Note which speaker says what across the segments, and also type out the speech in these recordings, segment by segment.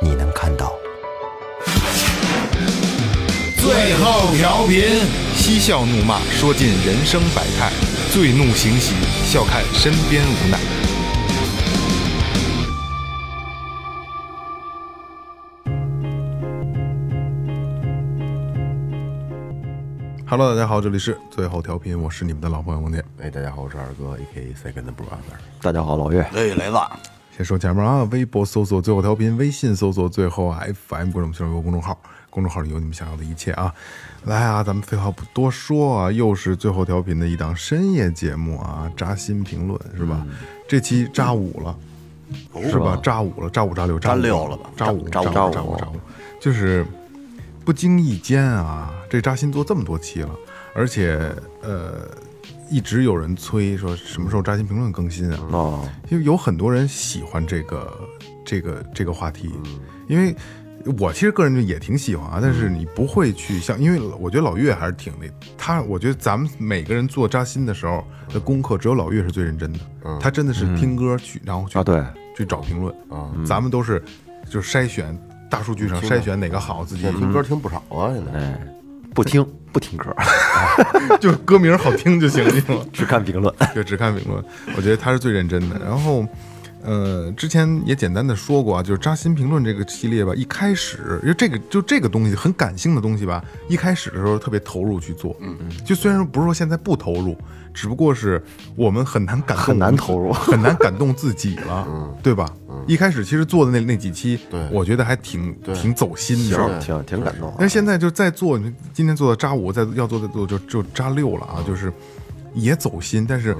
Speaker 1: 你能看到。
Speaker 2: 最后调频，嬉笑怒骂，说尽人生百态；醉怒行喜，笑看身边无奈。Hello，大家好，这里是最后调频，我是你们的老朋友王姐。
Speaker 3: 哎，大家好，我是二哥，A.K.A. Second Brother。
Speaker 1: 大家好，老岳。
Speaker 4: 哎，雷子，
Speaker 2: 先说前面啊，微博搜索最后调频，微信搜索最后 FM，关注我们新浪微博公众号，公众号里有你们想要的一切啊。来啊，咱们废话不多说啊，又是最后调频的一档深夜节目啊，扎心评论是吧？
Speaker 3: 嗯
Speaker 2: 这期扎五了，
Speaker 3: 哦
Speaker 2: 是吧？扎五了，扎五扎六，扎
Speaker 4: 扎六
Speaker 2: 五
Speaker 4: 了吧
Speaker 2: 扎五，
Speaker 4: 扎
Speaker 2: 扎
Speaker 4: 扎
Speaker 2: 扎
Speaker 4: 五
Speaker 2: 扎五，扎五，就是不经意间啊，这扎心做这么多期了，而且呃，一直有人催说什么时候扎心评论更新啊？
Speaker 1: 哦，
Speaker 2: 因为有很多人喜欢这个这个这个话题，因为我其实个人也挺喜欢啊，但是你不会去像，因为我觉得老岳还是挺那他，我觉得咱们每个人做扎心的时候的功课，只有老岳是最认真的，他真的是听歌去，然后去
Speaker 1: 啊对
Speaker 2: 去找评论，咱们都是就是筛选大数据上筛选哪个好，自己
Speaker 3: 我听歌听不少啊，现在
Speaker 1: 不听不听歌，
Speaker 2: 就是歌名好听就行，你知道吗？
Speaker 1: 只看评论。
Speaker 2: 就只看评论，我觉得他是最认真的。然后，呃，之前也简单的说过啊，就是扎心评论这个系列吧，一开始因为这个就这个东西很感性的东西吧，一开始的时候特别投入去做，嗯，就虽然不是说现在不投入，只不过是我们很难感动，
Speaker 1: 很难投入嗯
Speaker 2: 很难感动自己了，对吧？一开始其实做的那那几期，
Speaker 3: 对
Speaker 2: 我觉得还挺挺走心的，
Speaker 1: 挺 挺感动啊。
Speaker 2: 但是现在就在做，你今天做到扎五，再要做再做就就扎六了啊，就是也走心，但是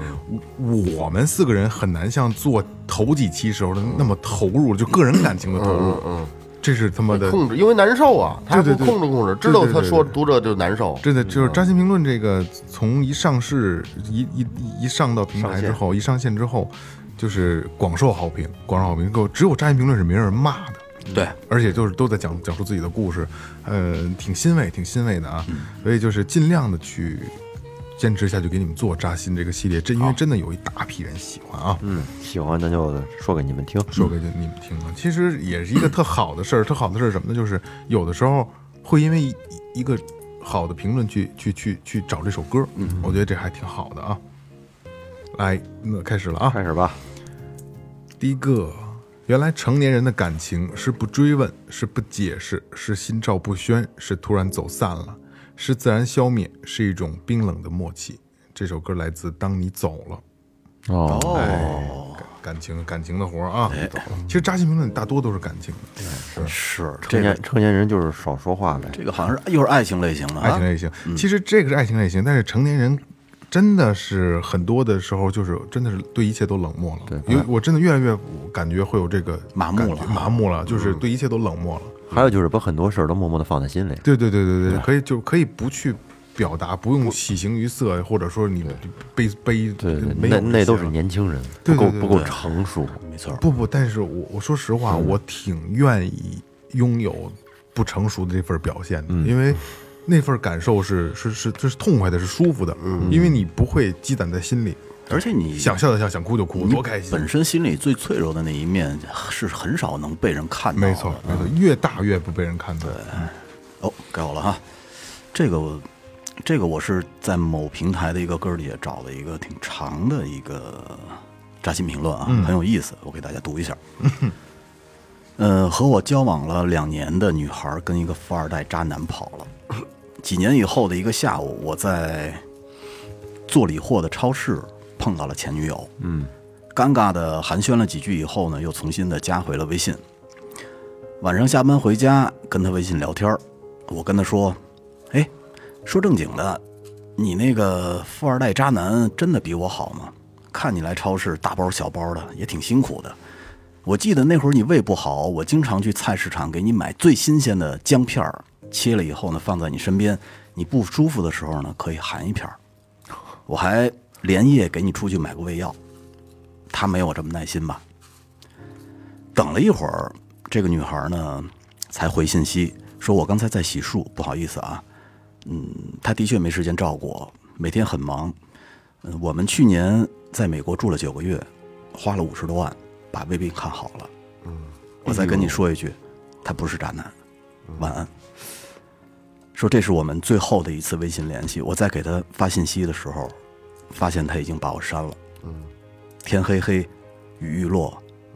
Speaker 2: 我我们四个人很难像做头几期时候的那么投入，就个人感情的投入，嗯，这是他妈的
Speaker 3: 控制，因为难受啊，他
Speaker 2: 对
Speaker 3: 不
Speaker 2: 对对
Speaker 3: 控制控制，
Speaker 2: 对
Speaker 3: 知
Speaker 2: 对
Speaker 3: 道
Speaker 2: 对
Speaker 3: 他
Speaker 2: 对
Speaker 3: 说
Speaker 2: 对
Speaker 3: 读者就难受。
Speaker 2: 真的就是扎心评论这个，从一上市一一一上到平台之后，一上线之后，就是广受好评，广受好评。够只有扎心评论是没人骂的，
Speaker 4: 对，
Speaker 2: 而且就是都在讲讲述自己的故事，呃，挺欣慰，挺欣慰的啊。所以就是尽量的去坚持下去，给你们做扎心这个系列，真因为真的有一大批人喜欢啊。
Speaker 1: 嗯，喜欢咱就说给你们听。
Speaker 2: 说给你们听啊，其实也是一个特好的事儿。特好的事儿是什么呢？就是有的时候会因为一一个好的评论去去去去找这首歌，嗯，我觉得这还挺好的啊。来，那开始了啊。
Speaker 1: 开始吧。
Speaker 2: 第一个，原来成年人的感情是不追问，是不解释，是心照不宣，是突然走散了，是自然消灭，是一种冰冷的默契。这首歌来自《当你走了》。
Speaker 1: 哦，
Speaker 2: 哦，感情感情的活儿啊，其实扎心评论大多都是感情的，
Speaker 4: 是
Speaker 1: 成
Speaker 4: 这个
Speaker 1: 年成年人就是少说话呗。
Speaker 4: 这个好像是又是爱情类型的啊，
Speaker 2: 爱情类型。其实这个是爱情类型，但是成年人真的是很多的时候，就是真的是对一切都冷漠了。有我真的越来越感觉会有这个
Speaker 4: 麻木了
Speaker 2: 感觉麻木了，就是对一切都冷漠了。
Speaker 5: 嗯
Speaker 1: 还有就是把很多事儿都默默的放在心里。
Speaker 2: 对对对对对，可以就可以不去表达，不用喜形于色，或者说你悲悲
Speaker 1: 对对，
Speaker 2: 没
Speaker 1: 那
Speaker 2: 有
Speaker 1: 那都是
Speaker 2: 这些了
Speaker 1: 年轻人，
Speaker 2: 对
Speaker 1: 不够
Speaker 2: 对对
Speaker 1: 不够
Speaker 2: 对
Speaker 1: 成熟。
Speaker 4: 没错儿，
Speaker 2: 不不，但是我我说实
Speaker 4: 嗯
Speaker 2: 话，我挺愿意拥有不成熟的这份表现
Speaker 4: 嗯
Speaker 2: 的，因为那份感受是是是就是痛快的，是舒服的，
Speaker 4: 嗯
Speaker 2: 因为你不会积攒在心里，
Speaker 4: 而且你
Speaker 2: 想笑就笑，想哭就哭，多开心！啊
Speaker 4: 本身心里最脆弱的那一面是很少能被人看到的。
Speaker 2: 没错没错，越大越不被人看到。
Speaker 4: 哦，该我了哈。这个我，这个我是在某平台的一个歌里也找了一个挺长的一个扎心评论啊，很有意思，我给大家读一下。 呃，和我交往了两年的女孩跟一个富二代渣男跑了。几年以后的一个下午，我在做理货的超市碰到了前女友。嗯，尴尬的寒暄了几句以后呢，又重新的加回了微信。晚上下班回家跟他微信聊天儿我跟他说：“哎，说正经的，你那个富二代渣男真的比我好吗？看你来超市大包小包的，也挺辛苦的。我记得那会儿你胃不好，我经常去菜市场给你买最新鲜的姜片儿，切了以后呢放在你身边，你不舒服的时候呢，可以含一片儿。我还连夜给你出去买过胃药，他没有我这么耐心吧？等了一会儿，这个女孩呢才回信息说：“我刚才在洗漱，不好意思啊，嗯，她的确没时间照顾我，每天很忙。嗯，我们去年在美国住了九个月，花了五十多万把胃病看好了。嗯，我再跟你说一句，他不是渣男。晚安。”说这是我们最后的一次微信联系。我在给他发信息的时候，发现他已经把我删了。嗯，天黑黑，雨欲落，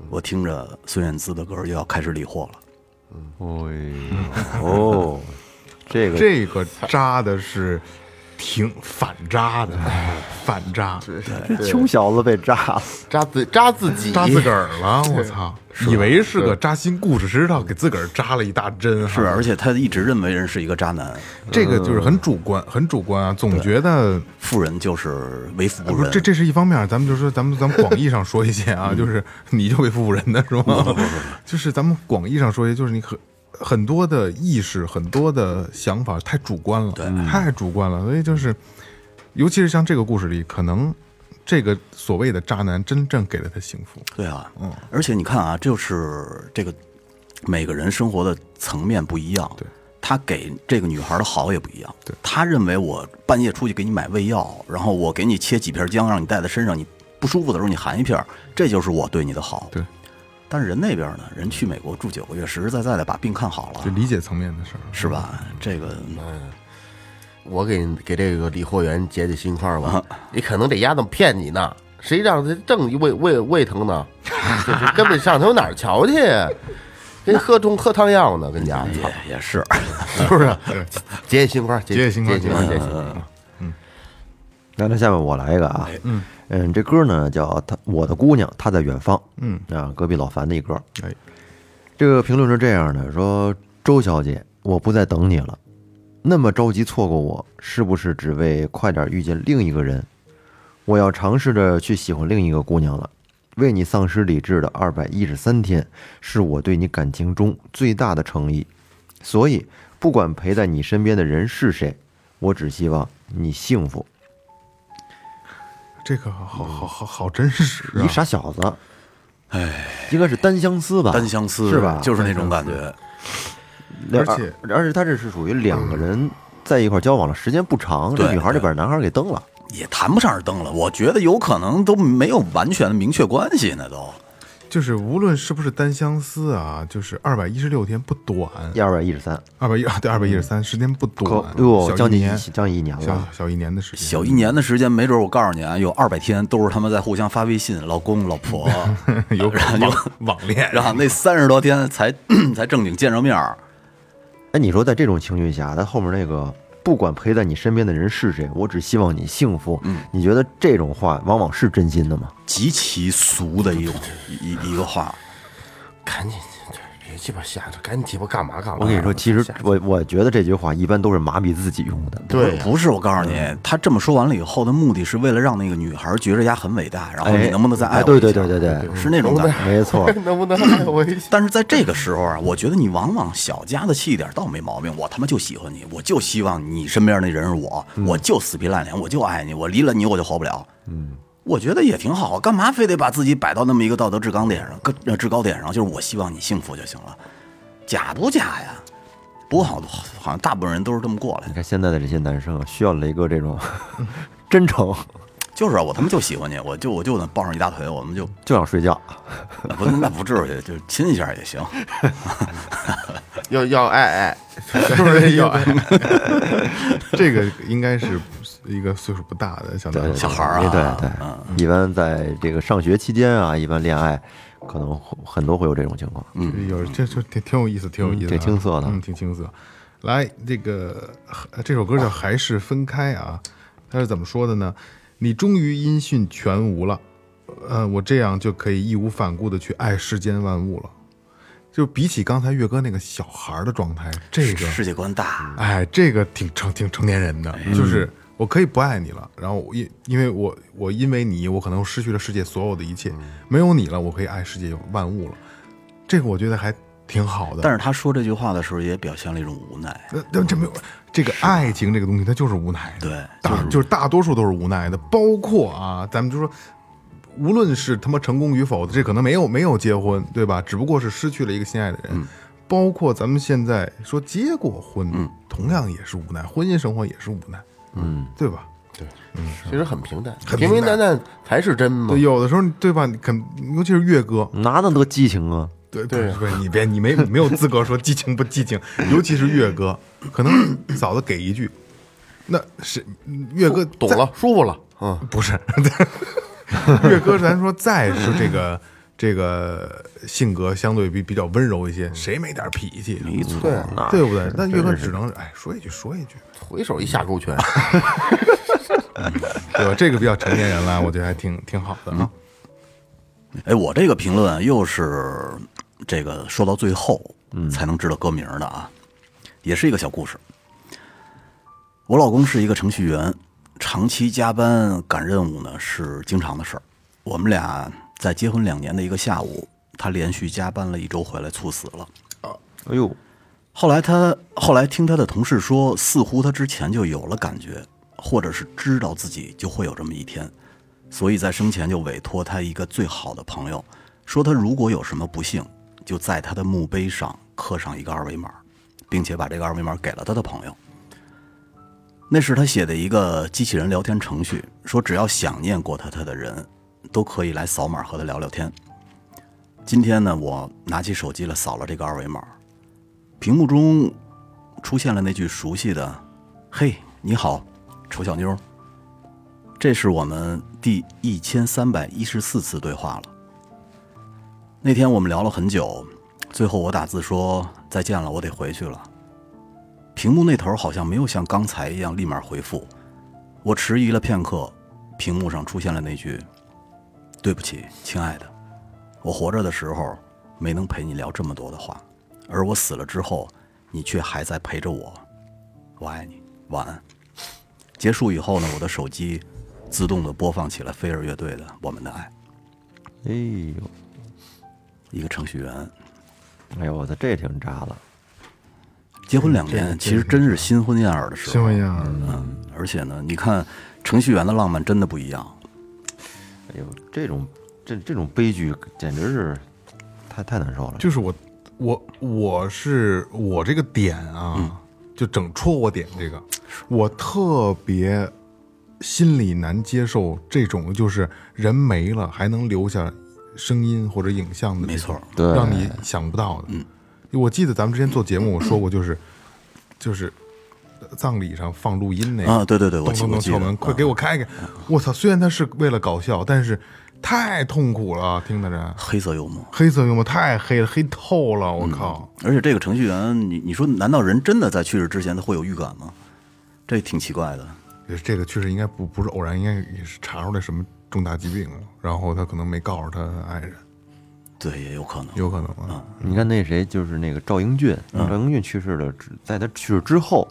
Speaker 4: 我听着孙燕姿的歌又要开始理货了。
Speaker 5: 哎呦哦，这个
Speaker 2: 这个渣的是挺反渣的，
Speaker 4: 哎
Speaker 2: 反渣
Speaker 5: 这穷小子被炸死，
Speaker 3: 扎自扎自己，
Speaker 2: 扎自个儿了，我操！以为是个扎心故事，谁知道给自个儿扎了一大针。
Speaker 4: 是，啊嗯
Speaker 2: 哈。
Speaker 4: 而且他一直认为人是一个渣男，
Speaker 2: 这个就是很主观，很主观啊，总觉得
Speaker 4: 妇人就是为富不
Speaker 2: 不是
Speaker 4: 仁。
Speaker 2: 这这是一方面，咱们就说咱们咱们广义上说一些啊，就是你就为富不仁的是吗？ 就是咱们广义上说一些，就是你很很多的意识，很多的想法太主观了，太主观了，所以就是，尤其是像这个故事里，可能这个所谓的渣男真正给了他幸福，
Speaker 4: 对啊，而且你看啊，就是这个每个人生活的层面不一样，
Speaker 2: 对，
Speaker 4: 他给这个女孩的好也不一样，
Speaker 2: 对，
Speaker 4: 他认为我半夜出去给你买胃药，然后我给你切几片姜，让你带在身上，你不舒服的时候你含一片，这就是我对你的好，
Speaker 2: 对。
Speaker 4: 但是人那边呢，人去美国住九个月，实实在在的把病看好了
Speaker 2: 就，理解层面的事儿。
Speaker 4: 是吧？这个
Speaker 3: 我给给这个理货员解解心宽儿
Speaker 2: 啊
Speaker 3: 吧，你可能这丫头骗你呢，谁让他正胃胃胃疼呢？就是 根本上头哪儿瞧去？跟喝中喝汤药呢，跟家操
Speaker 4: 哎也也是，
Speaker 3: 是不是？ 解解心宽儿，
Speaker 2: 解
Speaker 3: 解
Speaker 2: 解心宽
Speaker 3: 宽，
Speaker 2: 儿嗯
Speaker 3: 解解心宽儿，解解心宽儿。
Speaker 5: 那那下面我来一个啊，嗯这歌呢叫《他我的姑娘她在远方》，
Speaker 2: 嗯
Speaker 5: 啊，隔壁老樊的一歌。
Speaker 2: 哎，
Speaker 5: 这个评论是这样的：说周小姐，我不再等你了，那么着急错过我，是不是只为快点遇见另一个人？我要尝试着去喜欢另一个姑娘了。为你丧失理智的二百一十三天，是我对你感情中最大的诚意。所以，不管陪在你身边的人是谁，我只希望你幸福。
Speaker 2: 这个好好好好好真实
Speaker 5: 一
Speaker 2: 啊！
Speaker 5: 傻小子，哎，应该是单相思吧？
Speaker 4: 单相思
Speaker 5: 是吧？
Speaker 4: 就是那种感觉，
Speaker 5: 那
Speaker 2: 而且
Speaker 5: 而且他这是属于两个人在一块儿交往了，时间不长，这
Speaker 4: 对
Speaker 5: 女孩就把男孩给蹬了。
Speaker 4: 也谈不上是登了，我觉得有可能都没有完全的明确关系呢，都。
Speaker 2: 就是无论是不是单相思啊，就是二百一十六天不短，
Speaker 5: 二百一十三，
Speaker 2: 二百一啊对二百一十三时间不
Speaker 5: 可
Speaker 2: 短，
Speaker 5: 哟，
Speaker 2: 小
Speaker 5: 将
Speaker 2: 一
Speaker 5: 近一
Speaker 2: 年，
Speaker 5: 将近一年
Speaker 2: 小
Speaker 5: 了。
Speaker 2: 小一年的时间，
Speaker 4: 小一年的时间，没准我告诉你啊，有二百天都是他们在互相发微信，老公、老 婆，
Speaker 2: 有可能
Speaker 4: 然
Speaker 2: 网
Speaker 4: 后
Speaker 2: 网 恋，
Speaker 4: 然后那三十多天才 才正经见着面儿，
Speaker 5: 哎，你说在这种情绪下，他后面那个不管陪在你身边的人是谁，我只希望你幸福。
Speaker 2: 嗯
Speaker 5: 你觉得这种话往往是真心的吗？
Speaker 4: 极其俗的一种一一一个话。
Speaker 3: 赶紧，别鸡巴瞎扯，赶紧鸡巴干嘛干嘛。
Speaker 5: 我跟
Speaker 2: 啊
Speaker 5: 你说，其实
Speaker 3: 瞎扯
Speaker 5: 我我觉得这句话一般都是麻痹自己用的。
Speaker 3: 对 呀
Speaker 4: 不是我告诉你，
Speaker 5: 嗯
Speaker 4: 他这么说完了以后的目的是为了让那个女孩觉着丫很伟大，然后
Speaker 5: 哎，
Speaker 4: 你能不能再爱
Speaker 5: 哎
Speaker 4: 我
Speaker 5: 对
Speaker 4: 一下
Speaker 5: 对对对对，嗯
Speaker 4: 是那种感觉。
Speaker 5: 没错。
Speaker 3: 能不能 爱我一下？
Speaker 4: 但是在这个时候啊，我觉得你往往小家子气一点倒没毛病。我他妈就喜欢你，我就希望你身边那人是我，
Speaker 2: 嗯
Speaker 4: 我就死皮赖脸，我就爱你，我离了你我就活不了。嗯，我觉得也挺好，干嘛非得把自己摆到那么一个道德制高点上？跟呃制高点上就是我希望你幸福就行了，假不假呀？不过好多好像大部分人都是这么过来
Speaker 5: 你
Speaker 4: 的，
Speaker 5: 看现在的这些男生啊，需要雷哥这种 真诚，
Speaker 4: 就是啊，我他妈就喜欢你，我就我就能抱上一大腿，我 们就
Speaker 5: 就想睡觉。
Speaker 4: 那不那不至于，就亲一下也行。
Speaker 3: 要要哎爱爱，是不是要爱？
Speaker 2: 这个应该是一个岁数不大的小男孩，
Speaker 4: 小孩儿啊
Speaker 5: 对对，对一般在这个上学期间啊，一般恋爱可能会很多会有这种情况。
Speaker 2: 嗯，有这这挺挺有意思，挺有意思啊，
Speaker 5: 挺青涩的
Speaker 2: 嗯，挺青涩。来，这个呃这首歌叫《还是分开》啊，它是怎么说的呢？你终于音讯全无了，呃，我这样就可以义无反顾的去爱世间万物了。就比起刚才岳哥那个小孩儿的状态，这个
Speaker 4: 世界观大，
Speaker 2: 哎，这个挺成挺成年人的，就是我可以不爱你了，然后我因因为我我因为你，我可能失去了世界所有的一切，没有你了，我可以爱世界万物了。这个我觉得还挺好的。
Speaker 4: 但是他说这句话的时候，也表现了一种无奈。
Speaker 2: 那呃那这没有这个爱情这个东西，它就是无奈的，
Speaker 4: 对
Speaker 2: 大就是大多数都是无奈的，包括啊，咱们就说，无论是他妈成功与否，这可能没有没有结婚，对吧？只不过是失去了一个心爱的人，包括咱们现在说结过婚，同样也是无奈，婚姻生活也是无奈，嗯，对吧？
Speaker 3: 其实很平淡，
Speaker 2: 很
Speaker 3: 平
Speaker 2: 平
Speaker 3: 平淡淡才是真嘛
Speaker 2: 对，。有的时候对吧？你肯尤其是岳哥，
Speaker 4: 嗯
Speaker 5: 哪那么多激情啊？
Speaker 2: 对对，不是你别你没你没有资格说激情不激情，尤其是岳哥，可能嫂子给一句，那是岳哥
Speaker 3: 懂
Speaker 2: 再
Speaker 3: 了，舒服了，嗯，
Speaker 2: 不是，岳哥，咱说再是这个这个性格相对比比较温柔一些，谁没点脾气？没错，对不对？但岳哥只能哎说一句说一句，
Speaker 3: 回手一下 勾拳，
Speaker 2: 对吧？这个比较成年人了，我觉得还挺挺好的
Speaker 3: 嗯
Speaker 2: 啊。
Speaker 4: 哎，我这个评论又是这个说到最后，才能知道歌名的啊，也是一个小故事。我老公是一个程序员，长期加班赶任务呢是经常的事儿。我们俩在结婚两年的一个下午，他连续加班了一周回来猝死了。
Speaker 5: 哎呦，
Speaker 4: 后来他后来听他的同事说，似乎他之前就有了感觉，或者是知道自己就会有这么一天，所以在生前就委托他一个最好的朋友，说他如果有什么不幸，就在他的墓碑上刻上一个二维码，并且把这个二维码给了他的朋友。那是他写的一个机器人聊天程序，说只要想念过他他的人，都可以来扫码和他聊聊天。今天呢，我拿起手机来扫了这个二维码，屏幕中出现了那句熟悉的“嘿，你好，丑小妞儿”，这是我们第一千三百一十四次对话了。那天我们聊了很久，最后我打字说再见了，我得回去了。屏幕那头好像没有像刚才一样立马回复，我迟疑了片刻，屏幕上出现了那句：“对不起，亲爱的。”我活着的时候没能陪你聊这么多的话，而我死了之后，你却还在陪着我。我爱你，晚安。结束以后呢，我的手机自动的播放起了飞儿乐队的《我们的爱
Speaker 5: 哎呦，》，
Speaker 4: 一个程序员。
Speaker 5: 哎呦，我操，这挺渣了。
Speaker 4: 结婚两年，其实真是新婚燕尔的时
Speaker 2: 新
Speaker 4: 候
Speaker 2: 闻。样儿，
Speaker 4: 嗯，而且呢，你看程序员的浪漫真的不一样。
Speaker 5: 哎呦，这种这这种悲剧简直是太太难受了。
Speaker 2: 就是我我我是我这个点
Speaker 4: 嗯
Speaker 2: 啊，就整戳我点这个，我特别心里难接受这种就是人没了还能留下声音或者影像的，
Speaker 4: 没错，嗯
Speaker 5: 对
Speaker 2: 让你想不到的。我记得咱们之前做节目我说过，就是就是葬礼上放录音那个
Speaker 4: 啊对对对我
Speaker 2: 咚
Speaker 4: 记
Speaker 2: 咚
Speaker 4: 我
Speaker 2: 咚
Speaker 4: 记
Speaker 2: 敲
Speaker 4: 得啊嗯
Speaker 2: 门，快给我开开！我操，虽然他是为了搞笑，但是太痛苦了，听的人。
Speaker 4: 黑色幽默。
Speaker 2: 黑色幽默太黑了，黑透了，
Speaker 4: 嗯
Speaker 2: 我靠！
Speaker 4: 而且这个程序员，你你说，难道人真的在去世之前他会有预感吗？这挺奇怪的。
Speaker 2: 这个确实应该不不是偶然，应该也是查出来什么重大疾病了，然后他可能没告诉他爱人，
Speaker 4: 对，也有可能。
Speaker 2: 有可能啊。
Speaker 5: 你看那谁，就是那个赵英俊，
Speaker 4: 嗯
Speaker 5: 赵英俊去世了之，在他去世之后，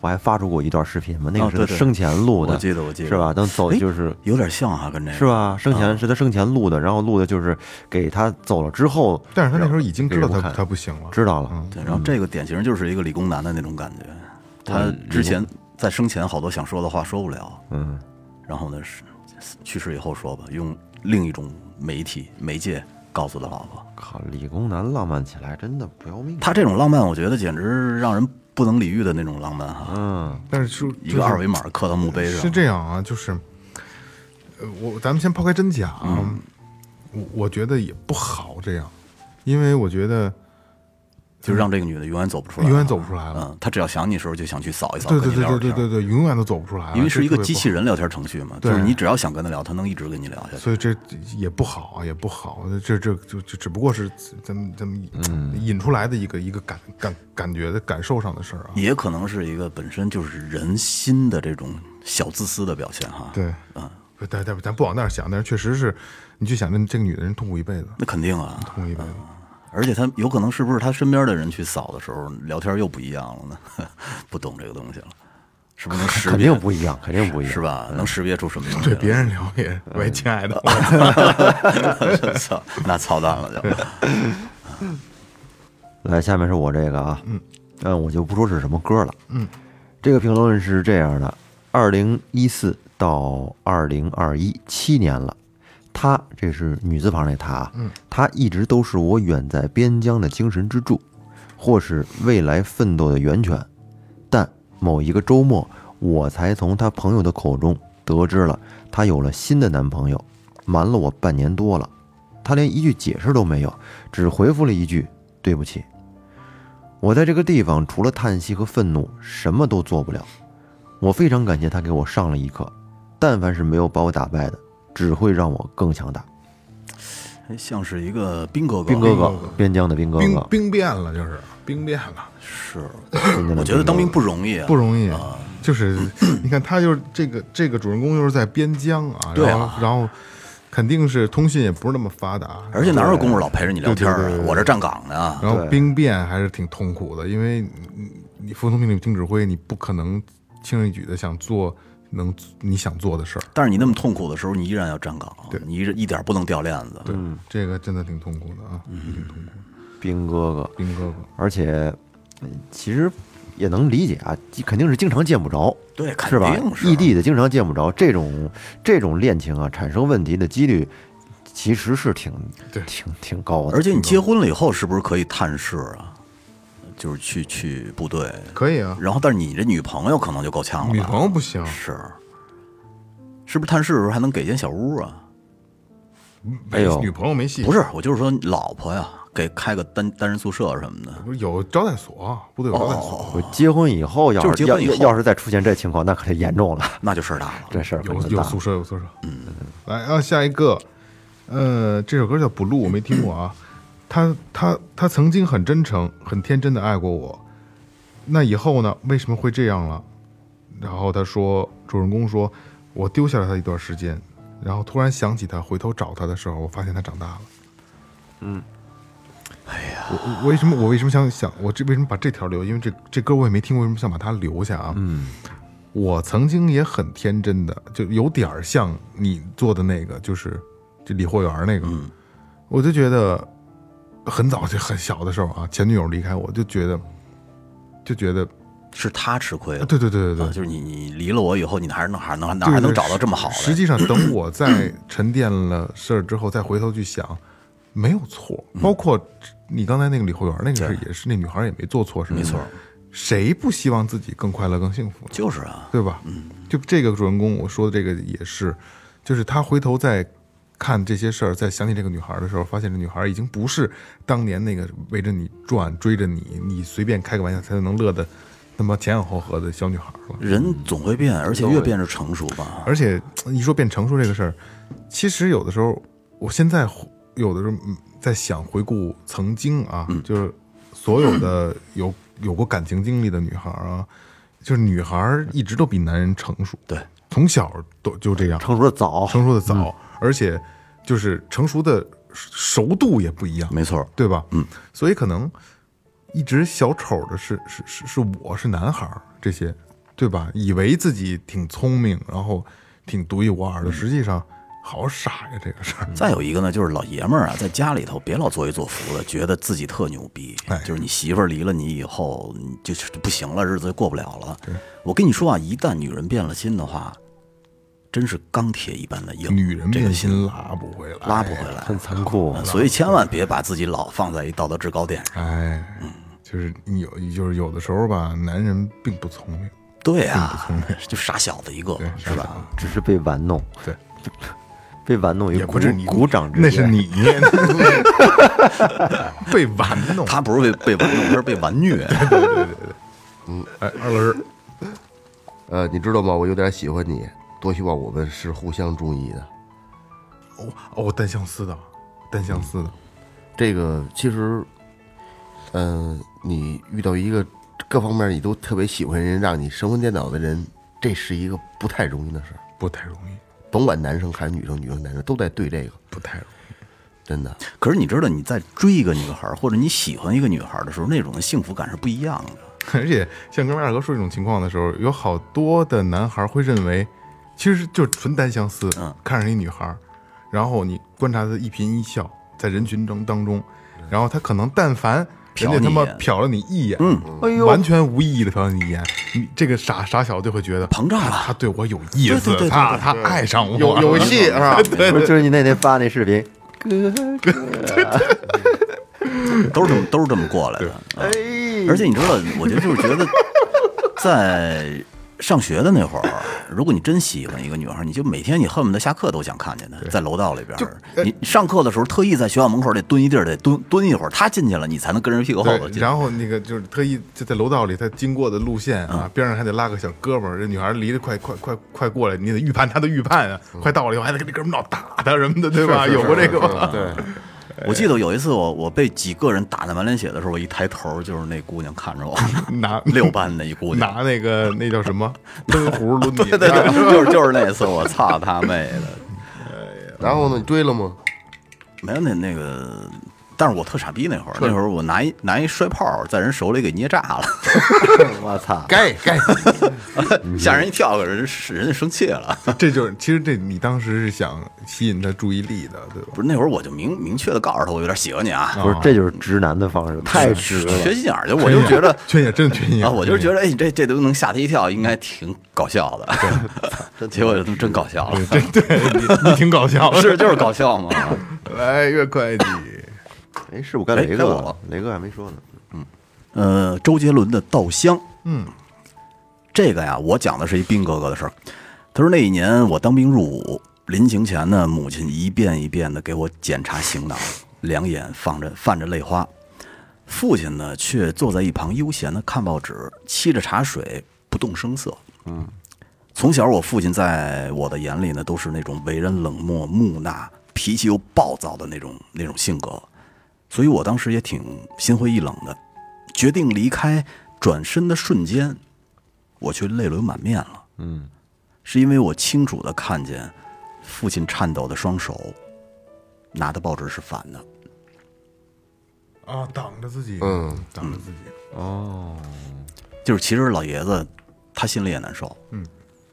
Speaker 5: 我还发出过一段视频嘛，那
Speaker 4: 啊
Speaker 5: 个是他
Speaker 4: 对对
Speaker 5: 生前录的，
Speaker 4: 我记得我记得
Speaker 5: 是吧？等走
Speaker 4: 哎
Speaker 5: 就是
Speaker 4: 有点像哈、跟这个
Speaker 5: 是？
Speaker 2: 嗯
Speaker 5: 吧？生前是他生前录的，然后录的就是给他走了之后，
Speaker 2: 但是他那时候已经知道
Speaker 5: 给人
Speaker 2: 他
Speaker 5: 看
Speaker 2: 他嗯不行了，
Speaker 5: 知道了，
Speaker 4: 对，然后这个典型就是一个理工男的那种感觉，他
Speaker 2: 嗯
Speaker 4: 之前在生前好多想说的话说不了，
Speaker 5: 嗯，
Speaker 4: 然后呢是去世以后说吧，用另一种媒体媒介告诉他老婆。
Speaker 5: 靠，理工男浪漫起来真的不要命，
Speaker 4: 他这种浪漫，我觉得简直让人不能理喻的那种浪漫哈、
Speaker 5: 嗯，
Speaker 2: 啊但是说
Speaker 4: 一个二维码刻到墓碑
Speaker 2: 是
Speaker 4: 上，
Speaker 2: 这样啊，就是，呃，我咱们先抛开真假啊，
Speaker 4: 嗯
Speaker 2: 我我觉得也不好这样，因为我觉得
Speaker 4: 就让这个女的永远走不出来，
Speaker 2: 永远走不出来了。
Speaker 4: 嗯，她只要想你的时候就想去扫一扫，
Speaker 2: 对对
Speaker 4: 跟你
Speaker 2: 对对
Speaker 4: 聊聊
Speaker 2: 对
Speaker 4: 天
Speaker 2: 对对，永远都走不出来了，
Speaker 4: 因为是一个
Speaker 2: 这特别
Speaker 4: 机
Speaker 2: 不好
Speaker 4: 器人聊天程序嘛，
Speaker 2: 对
Speaker 4: 就是你只要想跟他聊，他能一直跟你聊下去。
Speaker 2: 所以这也不好啊，也不好，这这就就只不过是咱们咱们引出来的一个一个感感感觉的感受上的事儿啊。
Speaker 4: 也可能是一个本身就是人心的这种小自私的表现哈。，
Speaker 2: 对，
Speaker 4: 啊，
Speaker 2: 不但但咱不往那儿想，但是确实是，你去想，那这个女的人痛苦一辈子，
Speaker 4: 那肯定啊，
Speaker 2: 痛苦一辈子。
Speaker 4: 而且他有可能是不是他身边的人去扫的时候聊天又不一样了呢？ 不懂这个东西了，是不是能识
Speaker 5: 肯
Speaker 4: 别
Speaker 5: 定？不一样，肯定不一样，嗯
Speaker 4: 是？吧？能识别出什么东西
Speaker 2: 对
Speaker 4: 来？
Speaker 2: 别人聊也，喂，亲爱的，
Speaker 4: 嗯 操，那操蛋了就。
Speaker 5: 来，下面是我这个啊，
Speaker 2: 嗯，
Speaker 5: 但我就不说是什么歌了，
Speaker 2: 嗯，
Speaker 5: 这个评论是这样的：二零一四到二零二一七年了，她这是女字旁那她啊，
Speaker 2: 嗯，
Speaker 5: 她一直都是我远在边疆的精神支柱，或是未来奋斗的源泉。但某一个周末，我才从她朋友的口中得知了她有了新的男朋友，瞒了我半年多了。她连一句解释都没有，只回复了一句“对不起”。我在这个地方除了叹息和愤怒，什么都做不了。我非常感谢他给我上了一课，但凡是没有把我打败的，只会让我更强大。
Speaker 4: 还哎像是一个兵哥哥，
Speaker 5: 兵哥哥，边疆的兵哥
Speaker 2: 兵
Speaker 5: 哥，
Speaker 2: 兵变了，就是兵变了，
Speaker 4: 是，
Speaker 5: 边疆的
Speaker 4: 我觉
Speaker 5: 兵哥
Speaker 4: 得
Speaker 5: 哥
Speaker 4: 当兵不容易啊，
Speaker 2: 不容易。就是你看，他就是这个这个主人公，就是在边疆啊，
Speaker 4: 对啊
Speaker 2: 然后然后肯定是通信也不是那么发达，
Speaker 4: 而且哪有功夫老陪着你聊天
Speaker 2: 对对
Speaker 4: 啊
Speaker 2: 对？对
Speaker 4: 我这站岗呢，
Speaker 2: 然后
Speaker 5: 对
Speaker 2: 兵变还是挺痛苦的，因为你你服从命令听指挥，你不可能轻而易举的想做能你想做的事儿，
Speaker 4: 但是你那么痛苦的时候，你依然要站岗，你一一点不能掉链子。
Speaker 2: 对，这个真的挺痛苦的啊，挺痛苦的。
Speaker 5: 兵哥哥，
Speaker 2: 兵哥哥，
Speaker 5: 而且嗯其实也能理解啊，肯定是经常见不着，
Speaker 4: 对，肯
Speaker 5: 是吧
Speaker 4: 定？啊
Speaker 5: 异地的经常见不着，这种这种恋情啊，产生问题的几率其实是挺
Speaker 2: 对
Speaker 5: 挺挺高的，
Speaker 4: 而且你结婚了以后，是不是可以探视啊？就是去去部队，
Speaker 2: 可以啊，
Speaker 4: 然后但是你这女朋友可能就够呛了吧？
Speaker 2: 女朋友不行，
Speaker 4: 是，是不是探视的时候还能给间小屋啊？
Speaker 5: 哎呦
Speaker 2: 没女朋友没戏，
Speaker 4: 不是，我就是说老婆呀，给开个单单人宿舍什么的。
Speaker 2: 不是有招待所，部队有招待所，
Speaker 5: 我结婚以后要
Speaker 4: 就是结
Speaker 5: 要
Speaker 4: 婚以
Speaker 5: 要
Speaker 4: 后
Speaker 5: 要是再出现这情况，那可就严重了，
Speaker 4: 那就事儿大了。
Speaker 5: 这事儿可
Speaker 2: 有
Speaker 5: 就
Speaker 2: 有
Speaker 5: 大了
Speaker 2: 宿。舍有宿舍。嗯，来啊，下一个，呃，这首歌叫《不录》，我没听过啊。他他他曾经很真诚、很天真的爱过我，那以后呢？为什么会这样了？然后他说，主人公说，我丢下了他一段时间，然后突然想起他，回头找他的时候，我发现他长大了。嗯，哎呀，我我为什么我为什么想想我这为什么把这条留？因为这这歌我也没听过，为什么想把它留下啊？嗯，我曾经也很天真的，就有点儿像你做的那个，就是这理货员儿那个，
Speaker 4: 嗯
Speaker 2: 我就觉得很早就很小的时候啊，前女友离开我就觉得就觉得，
Speaker 4: 是他吃亏了。
Speaker 2: 对对对对对
Speaker 4: 啊，，就是你你离了我以后，你还是能还能哪
Speaker 2: 对
Speaker 4: 还能
Speaker 2: 对
Speaker 4: 找到这么好
Speaker 2: 实实
Speaker 4: 的？
Speaker 2: 际上，等我在沉淀了事儿之后，再回头去想，没有错。
Speaker 4: 嗯
Speaker 2: 包括你刚才那个李后园那个事儿，也是那女孩也没做错什么。
Speaker 4: 没错，
Speaker 2: 谁不希望自己更快乐、更幸福呢？
Speaker 4: 就是啊，
Speaker 2: 对吧？就这个主人公，我说的这个也是，就是他回头再看这些事儿，再想起这个女孩的时候，发现这女孩已经不是当年那个围着你转、追着你，你随便开个玩笑才能乐的那么前仰后合的小女孩了。
Speaker 4: 人总会变，而且越变是成熟吧。
Speaker 2: 而且一说变成熟这个事儿，其实有的时候，我现在回有的时候嗯在想回顾曾经啊，
Speaker 5: 嗯
Speaker 2: 就是所有的有有过感情经历的女孩儿啊，就是女孩儿一直都比男人成熟，
Speaker 4: 对，
Speaker 2: 从小都就这样，
Speaker 5: 成熟的早，
Speaker 2: 成熟的早，而且就是成熟的熟度也不一样，
Speaker 4: 没错，
Speaker 2: 对吧？嗯，所以可能一直小丑的是是是是我是男孩儿这些，对吧？以为自己挺聪明，然后挺独一无二的，实际上好傻呀，这个事儿。
Speaker 4: 再有一个呢，就是老爷们儿啊，在家里头别老作威作福的，觉得自己特牛逼。就是你媳妇儿离了你以后，你就是不行了，日子就过不了了。我跟你说啊，一旦女人变了心的话，真是钢铁一般的 硬，
Speaker 2: 女人
Speaker 4: 这个
Speaker 2: 变
Speaker 4: 心
Speaker 2: 心拉不回来，
Speaker 4: 嗯哎拉不回来。啊
Speaker 5: 很 残酷。
Speaker 4: 所以千万别把自己老放在一道德制高点上。
Speaker 2: 哎，就是你有就是有的时候吧，男人并不聪明，
Speaker 4: 对啊， 就傻小子一个，是吧？
Speaker 5: 只是被玩弄，
Speaker 2: 对，
Speaker 5: 被玩弄于
Speaker 2: 也
Speaker 5: 鼓
Speaker 2: 不是你
Speaker 5: 鼓掌之间。
Speaker 2: 那是你 被玩弄。
Speaker 4: 他不是被被玩弄，他是被玩虐。
Speaker 2: 哎，二轮儿
Speaker 3: 呃，你知道吗？我有点喜欢你，多希望我们是互相中意的。
Speaker 2: 哦哦，单相思的，单相思的，
Speaker 3: 这个其实，嗯、你遇到一个各方面你都特别喜欢人，让你神魂颠倒的人，这是一个不太容易的事儿。
Speaker 2: 不太容易，
Speaker 3: 甭管男生还是女生，女生男生都在对这个，
Speaker 2: 不太容易。
Speaker 3: 真的。
Speaker 4: 可是你知道，你在追一个女孩儿或者你喜欢一个女孩儿的时候，那种的幸福感是不一样的。
Speaker 2: 而且像跟二哥说这种情况的时候，有好多的男孩会认为，其实就是纯单相思，
Speaker 4: 嗯
Speaker 2: 看上一女孩，然后你观察她一颦一笑，在人群中当中，然后他可能但凡
Speaker 4: 瞟
Speaker 2: 人
Speaker 4: 你
Speaker 2: 家
Speaker 4: 一
Speaker 2: 他妈
Speaker 4: 眼嗯
Speaker 2: 瞟了你一眼，
Speaker 5: 哎呦
Speaker 2: 完全无意义的瞟了你一眼，你这个傻傻小就会觉得
Speaker 4: 膨胀了
Speaker 2: 他他对我有意思，
Speaker 4: 对对对对
Speaker 2: 他他爱上我，
Speaker 3: 有有 戏是吧？
Speaker 5: 不是就是你那天发那视频，
Speaker 4: 都是这么都是这么过来的。啊而且你知道，我觉得就是觉得，在上学的那会儿，如果你真喜欢一个女孩，你就每天你恨不得下课都想看见她，在楼道里边儿。你你上课的时候特意在学校门口得蹲一地儿，得蹲蹲一会儿，她进去了，你才能跟人屁股后头
Speaker 2: 对，
Speaker 4: 进。
Speaker 2: 然后那个就是特意就在楼道里，他经过的路线啊，
Speaker 4: 嗯
Speaker 2: 边上还得拉个小哥们儿，这女孩离得快快快快过来，你得预判她的预判啊，快到了以后还得跟这哥们儿闹打他什么的，对吧？
Speaker 3: 是是
Speaker 2: 有过这个
Speaker 3: 是
Speaker 2: 吗？
Speaker 3: 对，
Speaker 4: 我记得
Speaker 2: 哎
Speaker 4: 有一次我我被几个人打得满脸血的时候，我一抬头就是那姑娘看着 我，
Speaker 2: 拿
Speaker 4: 六班的一姑娘，
Speaker 2: 拿那个那叫什么闷葫芦，对
Speaker 4: 对对对，就是就是那次，我操他妹的！
Speaker 3: 然后呢，你追了吗？
Speaker 4: 没有那那个，但是我特傻逼那会儿，那会儿我拿一拿一摔炮在人手里给捏炸了，
Speaker 5: 我操！
Speaker 3: 该该，
Speaker 4: 吓人一跳，可是人是人家生气了。
Speaker 2: 这就是其实这你当时是想吸引他注意力的，对吧？
Speaker 4: 不是那会儿我就明明确的告诉他，我有点喜欢你啊，
Speaker 5: 不是，这就是直男的方式， 太直了。
Speaker 4: 缺心眼儿就
Speaker 2: 哎
Speaker 4: 我就 觉得。
Speaker 2: 缺眼真缺眼
Speaker 4: 啊，我就是觉得，哎，这这都能吓他一跳，应该挺搞笑的。 结果就真搞笑了，
Speaker 2: 对你你挺搞笑的。
Speaker 4: 是就是搞笑嘛。
Speaker 2: 来越快递，
Speaker 5: 哎，是我该
Speaker 4: 哎
Speaker 5: 雷
Speaker 4: 该
Speaker 5: 哥
Speaker 4: 我了，
Speaker 5: 雷哥还没说呢。
Speaker 4: 呃，周杰伦的《稻香》。嗯，这个呀，我讲的是一兵哥哥的事儿。他说那一年我当兵入伍，临行前呢，母亲一遍一遍的给我检查行囊，两眼放着泛着泪花。父亲呢，却坐在一旁悠闲的看报纸，沏着茶水，不动声色。嗯，从小我父亲在我的眼里呢，都是那种为人冷漠、木讷、脾气又暴躁的那种那种性格，所以我当时也挺心灰意冷的。决定离开，转身的瞬间，我却泪流满面了。嗯，是因为我清楚的看见父亲颤抖的双手拿的报纸是反的。
Speaker 2: 啊，挡着自己，
Speaker 3: 嗯，
Speaker 2: 挡着自己，
Speaker 4: 就是其实老爷子他心里也难受。嗯，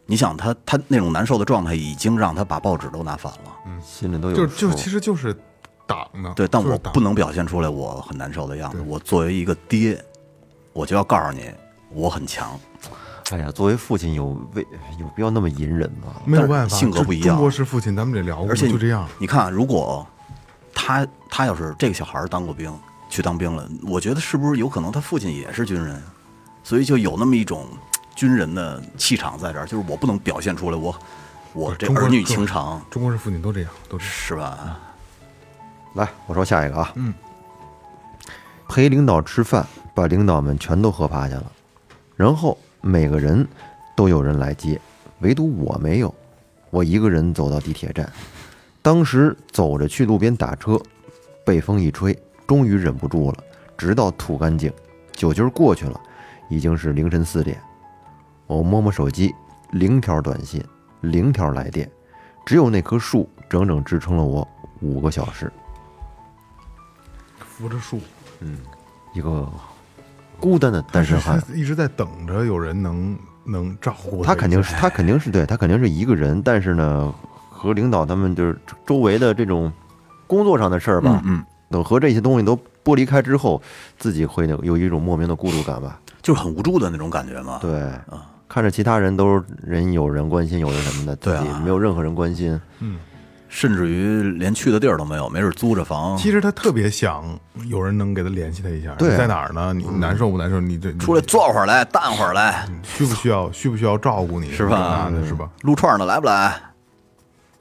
Speaker 4: 你想他他那种难受的状态，已经让他把报纸都拿反了。嗯，
Speaker 5: 心里都有
Speaker 2: 就
Speaker 5: 数。
Speaker 2: 是就是其实就是挡呢。
Speaker 4: 对，但
Speaker 2: 就
Speaker 4: 我
Speaker 2: 是挡
Speaker 4: 不能表现出来我很难受的样子。我作为一个爹，我就要告诉你，我很强。
Speaker 5: 哎呀，作为父亲有为有必要那么隐忍吗？
Speaker 2: 没有办法，
Speaker 4: 但是性格
Speaker 2: 就
Speaker 4: 不一样
Speaker 2: 中国式父亲，咱们这聊过，
Speaker 4: 而且
Speaker 2: 就这样。
Speaker 4: 你看啊，如果他他要是这个小孩儿当过兵，去当兵了，我觉得是不是有可能他父亲也是军人，啊所以就有那么一种嘖军人的气场在这儿，就是我不能表现出来我我这
Speaker 2: 中国
Speaker 4: 儿
Speaker 2: 人
Speaker 4: 女情长
Speaker 2: 中国式父亲都这样，都这样。
Speaker 4: 是吧？
Speaker 5: 来，我说下一个啊。嗯。陪领导吃饭，把领导们全都喝趴下了，然后每个人都有人来接，唯独我没有，我一个人走到地铁站。当时走着去路边打车，被风一吹，终于忍不住了，直到吐干净。酒劲儿过去了，已经是凌晨四点。我摸摸手机，零条短信，零条来电，只有那棵树整整支撑了我五个小时。
Speaker 2: 扶着树，
Speaker 5: 一个孤单的单身汉，
Speaker 2: 一直在等着有人能能照顾
Speaker 5: 他肯
Speaker 2: 定
Speaker 5: 定是他肯定是对他肯定是一个人，但是呢，和领导他们就是周围的这种工作上的事儿吧，嗯，等和这些东西都剥离开之后，自己会有一种莫名的孤独感吧，
Speaker 4: 就是很无助的那种感觉嘛。
Speaker 5: 对，看着其他人都是人有人关心，有人什么的，
Speaker 4: 对
Speaker 5: 自
Speaker 4: 啊
Speaker 5: 己没有任何人关心，
Speaker 4: 甚至于连去的地儿都没有，没准租着房
Speaker 2: 其实他特别想有人能给他联系他一下，
Speaker 5: 对啊
Speaker 2: 你在哪儿呢？你难受不难受？你这
Speaker 4: 嗯出来坐会儿来，淡会儿来，
Speaker 2: 你需不需要需不需要照顾你？
Speaker 4: 是吧嗯
Speaker 2: 这那的是吧？
Speaker 4: 撸串儿呢来不来？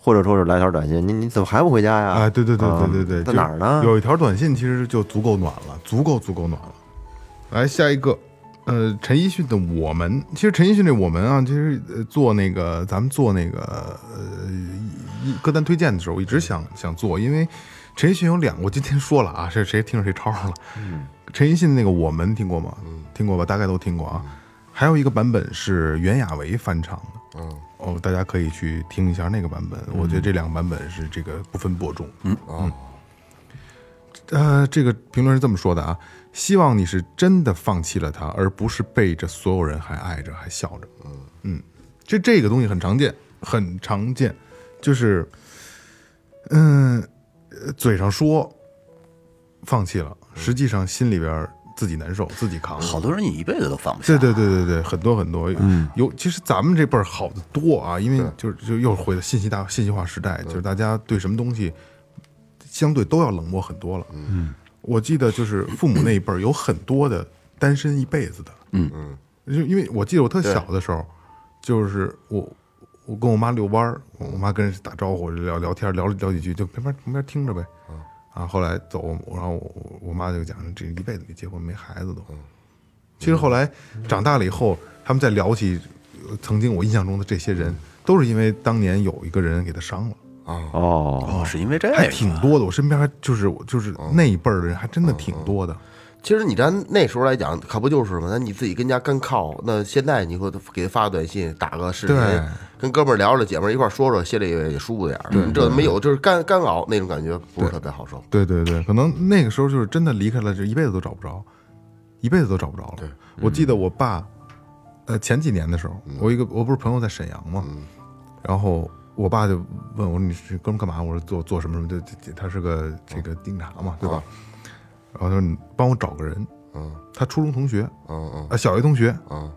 Speaker 5: 或者说是来条短信，你你怎么还不回家呀？
Speaker 2: 啊，对对对
Speaker 5: 啊
Speaker 2: 对对对，就
Speaker 5: 在哪儿呢？
Speaker 2: 有一条短信其实就足够暖了，足够足够暖了。来下一个，呃，陈奕迅的《我们》，其实陈奕迅这《我们》啊，其实呃做那个咱们做那个呃一歌单推荐的时候，我一直
Speaker 5: 嗯
Speaker 2: 想想做，因为陈奕迅有两，我今天说了啊，是谁听着谁抄上了。
Speaker 5: 嗯
Speaker 2: 陈奕迅那个《我们》听过吗？听过吧，大概都听过啊。
Speaker 5: 嗯
Speaker 2: 还有一个版本是袁娅维翻唱的。
Speaker 5: 嗯
Speaker 2: 哦，大家可以去听一下那个版本。我觉得这两个版本是这个不分伯仲。嗯
Speaker 3: 哦
Speaker 2: 呃，这个评论是这么说的啊，希望你是真的放弃了他，而不是背着所有人还爱着还笑着。嗯嗯，这这个东西很常见，很常见，就是，嗯、呃嘴上说放弃了，实际上心里边儿自己难受，自己扛。
Speaker 4: 好多人一辈子都放不下。
Speaker 2: 对对对对对，很多很多，有其实咱们这辈儿好的多啊，因为就是就又回到信息大信息化时代，就是大家对什么东西相对都要冷漠很多了。嗯，我记得就是父母那一辈儿有很多的单身一辈子的。嗯嗯，因为我记得我特小的时候，就是我我跟我妈遛弯儿，我妈跟人打招呼聊聊天聊聊几句，就旁边旁边听着呗。啊，后来走，然后我我我妈就讲这一辈子没结婚没孩子都。其实后来长大了以后，他们再聊起呃曾经我印象中的这些人，都是因为当年有一个人给他伤了，
Speaker 5: 哦，
Speaker 4: 哦，是因为这个
Speaker 2: 还挺多的。我身边还就是就是那一辈儿的人，还真的挺多的。
Speaker 3: 其实你咱那时候来讲，可不就是嘛？那你自己跟家干靠，那现在你会给他发个短信，打个视频
Speaker 2: 对，
Speaker 3: 跟哥们儿聊聊，姐们儿一块儿说说，心里也舒服点儿。这没有，就是干干熬那种感觉，不是特别好受。
Speaker 2: 对对对，可能那个时候就是真的离开了，就一辈子都找不着，一辈子都找不着了。我记得我爸，呃，前几年的时候，我一个我不是朋友在沈阳嘛，然后我爸就问我你是哥们干嘛？我说做做什么什么，就就就他是个这
Speaker 3: 嗯
Speaker 2: 个警察嘛，对吧？然后他说你帮我找个人，
Speaker 3: 嗯，
Speaker 2: 他初中同学，
Speaker 3: 嗯嗯
Speaker 2: 啊，小学同学，
Speaker 3: 嗯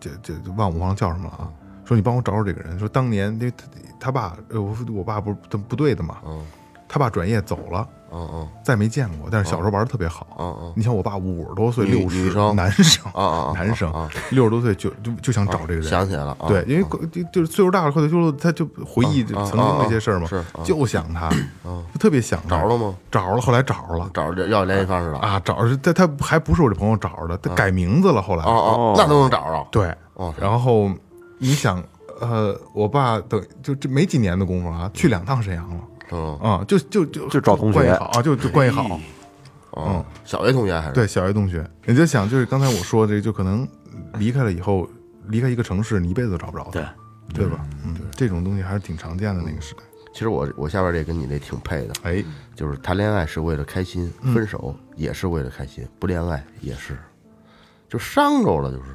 Speaker 2: 这这这忘我忘了叫什么了啊。说你帮我找找这个人。说当年因为他他爸，呃，我我爸不是他部队的嘛，
Speaker 3: 嗯
Speaker 2: 他爸转业走了，
Speaker 3: 嗯嗯
Speaker 2: 再没见过。但是小时候玩的特别好。
Speaker 3: 嗯嗯
Speaker 2: 你像我爸五十多岁，
Speaker 3: 女
Speaker 2: 六十
Speaker 3: 女生
Speaker 2: 男生
Speaker 3: 啊啊啊
Speaker 2: 男
Speaker 3: 啊
Speaker 2: 生六十多岁就就就想找这个人，
Speaker 3: 想起来了啊
Speaker 2: 对，因为就就是岁数大了，快退休了，他就回忆
Speaker 3: 啊啊
Speaker 2: 曾经那些事儿嘛，
Speaker 3: 是啊
Speaker 2: 就想他，就特别想他
Speaker 3: 找着了吗？
Speaker 2: 找着了，后来找着了
Speaker 3: 找着要联系方式了。
Speaker 2: 啊，找着他他还不是我这朋友找着的，他改名字了，后来
Speaker 3: 哦哦，那都能找着。
Speaker 2: 对
Speaker 3: 啊哦，
Speaker 2: 然后你想，呃，我爸等就这没几年的功夫啊，去两趟沈阳了
Speaker 3: 嗯，哎
Speaker 2: 啊，就就就
Speaker 5: 就找同学
Speaker 2: 关系好啊，就就关系好。
Speaker 3: 哦，小学同学还是
Speaker 2: 嗯对，小学同学，你就想就是刚才我说的，就可能离开了以后，离开一个城市，你一辈子都找不着
Speaker 4: 对
Speaker 2: 他，对吧？嗯，这种东西还是挺常见的那个时代。
Speaker 3: 其实我我下边这跟你这挺配的，
Speaker 2: 哎，
Speaker 3: 就是谈恋爱是为了开心，
Speaker 2: 嗯
Speaker 3: 分手也是为了开心，不恋爱也是，就伤着了，就是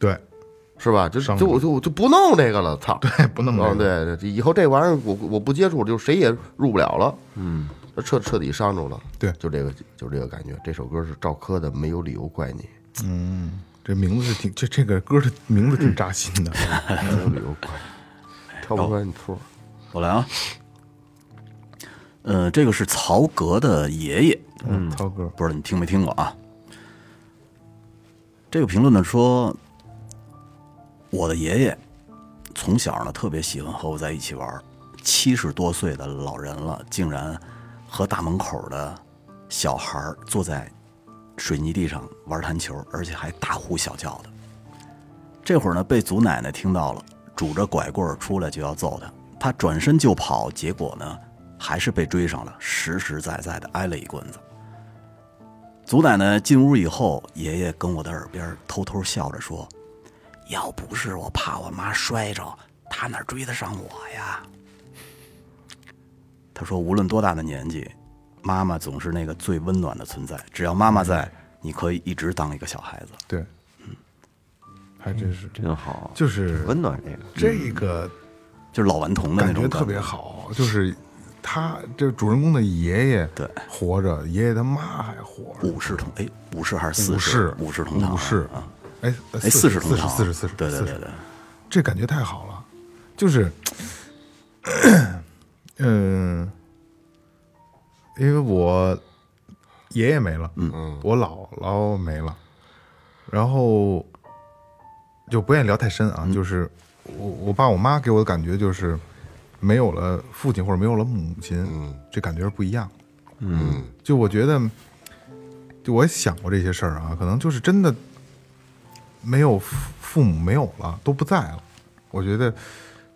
Speaker 2: 对，
Speaker 3: 是吧？就
Speaker 2: 伤着
Speaker 3: 就我就我就不弄这个了，操！对，
Speaker 2: 不弄这个
Speaker 3: 对哦对，以后这玩意儿我我不接触，就谁也入不了了。嗯，彻彻底伤着了。
Speaker 2: 对
Speaker 3: 就这个就这个感觉。这首歌是赵柯的《没有理由怪你
Speaker 2: 这名字是挺这这个歌的名字挺扎心的。》，啊
Speaker 3: 没有理由怪你，挑不出来你错。
Speaker 4: 我来啊。呃，这个是曹格的爷爷，
Speaker 2: 嗯，涛哥，
Speaker 4: 不知道你听没听过啊？这个评论呢说，我的爷爷从小呢特别喜欢和我在一起玩儿，七十多岁的老人了，竟然和大门口的小孩儿坐在水泥地上玩弹球，而且还大呼小叫的。这会儿呢，被祖奶奶听到了，拄着拐棍儿出来就要揍他。他转身就跑，结果呢，还是被追上了，实实在在的挨了一棍子。祖奶奶进屋以后，爷爷跟我的耳边偷偷笑着说：“要不是我怕我妈摔着，她哪追得上我呀？”他说：“无论多大的年纪，妈妈总是那个最温暖的存在。只要妈妈
Speaker 2: 嗯
Speaker 4: 在，你可以一直当一个小孩子。”
Speaker 2: 对，还真是，
Speaker 5: 真好，
Speaker 2: 就是
Speaker 5: 温暖这个。
Speaker 2: 这个
Speaker 4: 就是老顽童的
Speaker 2: 嗯
Speaker 4: 那
Speaker 2: 感
Speaker 4: 种
Speaker 2: 觉
Speaker 4: 觉
Speaker 2: 特别好，就是他这主人公的爷爷
Speaker 4: 对
Speaker 2: 活着，爷爷他妈还活着，
Speaker 4: 五世同哎，五世还是四
Speaker 2: 武士
Speaker 4: 世？五世同堂啊，
Speaker 2: 武士
Speaker 4: 啊，，
Speaker 2: 哎
Speaker 4: 哎，四
Speaker 2: 四
Speaker 4: 世同
Speaker 2: 十
Speaker 4: 堂啊，
Speaker 2: 四十四十，
Speaker 4: 对对
Speaker 2: 40
Speaker 4: 对对，
Speaker 2: 这感觉太好了，就是， 嗯，因为我爷爷没了，嗯，我姥姥没了，然后就不愿意聊太深啊，就是我我爸我妈给我的感觉就是没有了父亲或者没有了母亲，嗯，这感觉是不一样，嗯，就我觉得，就我也想过这些事儿啊，可能就是真的没有父父母没有了，都不在了，我觉得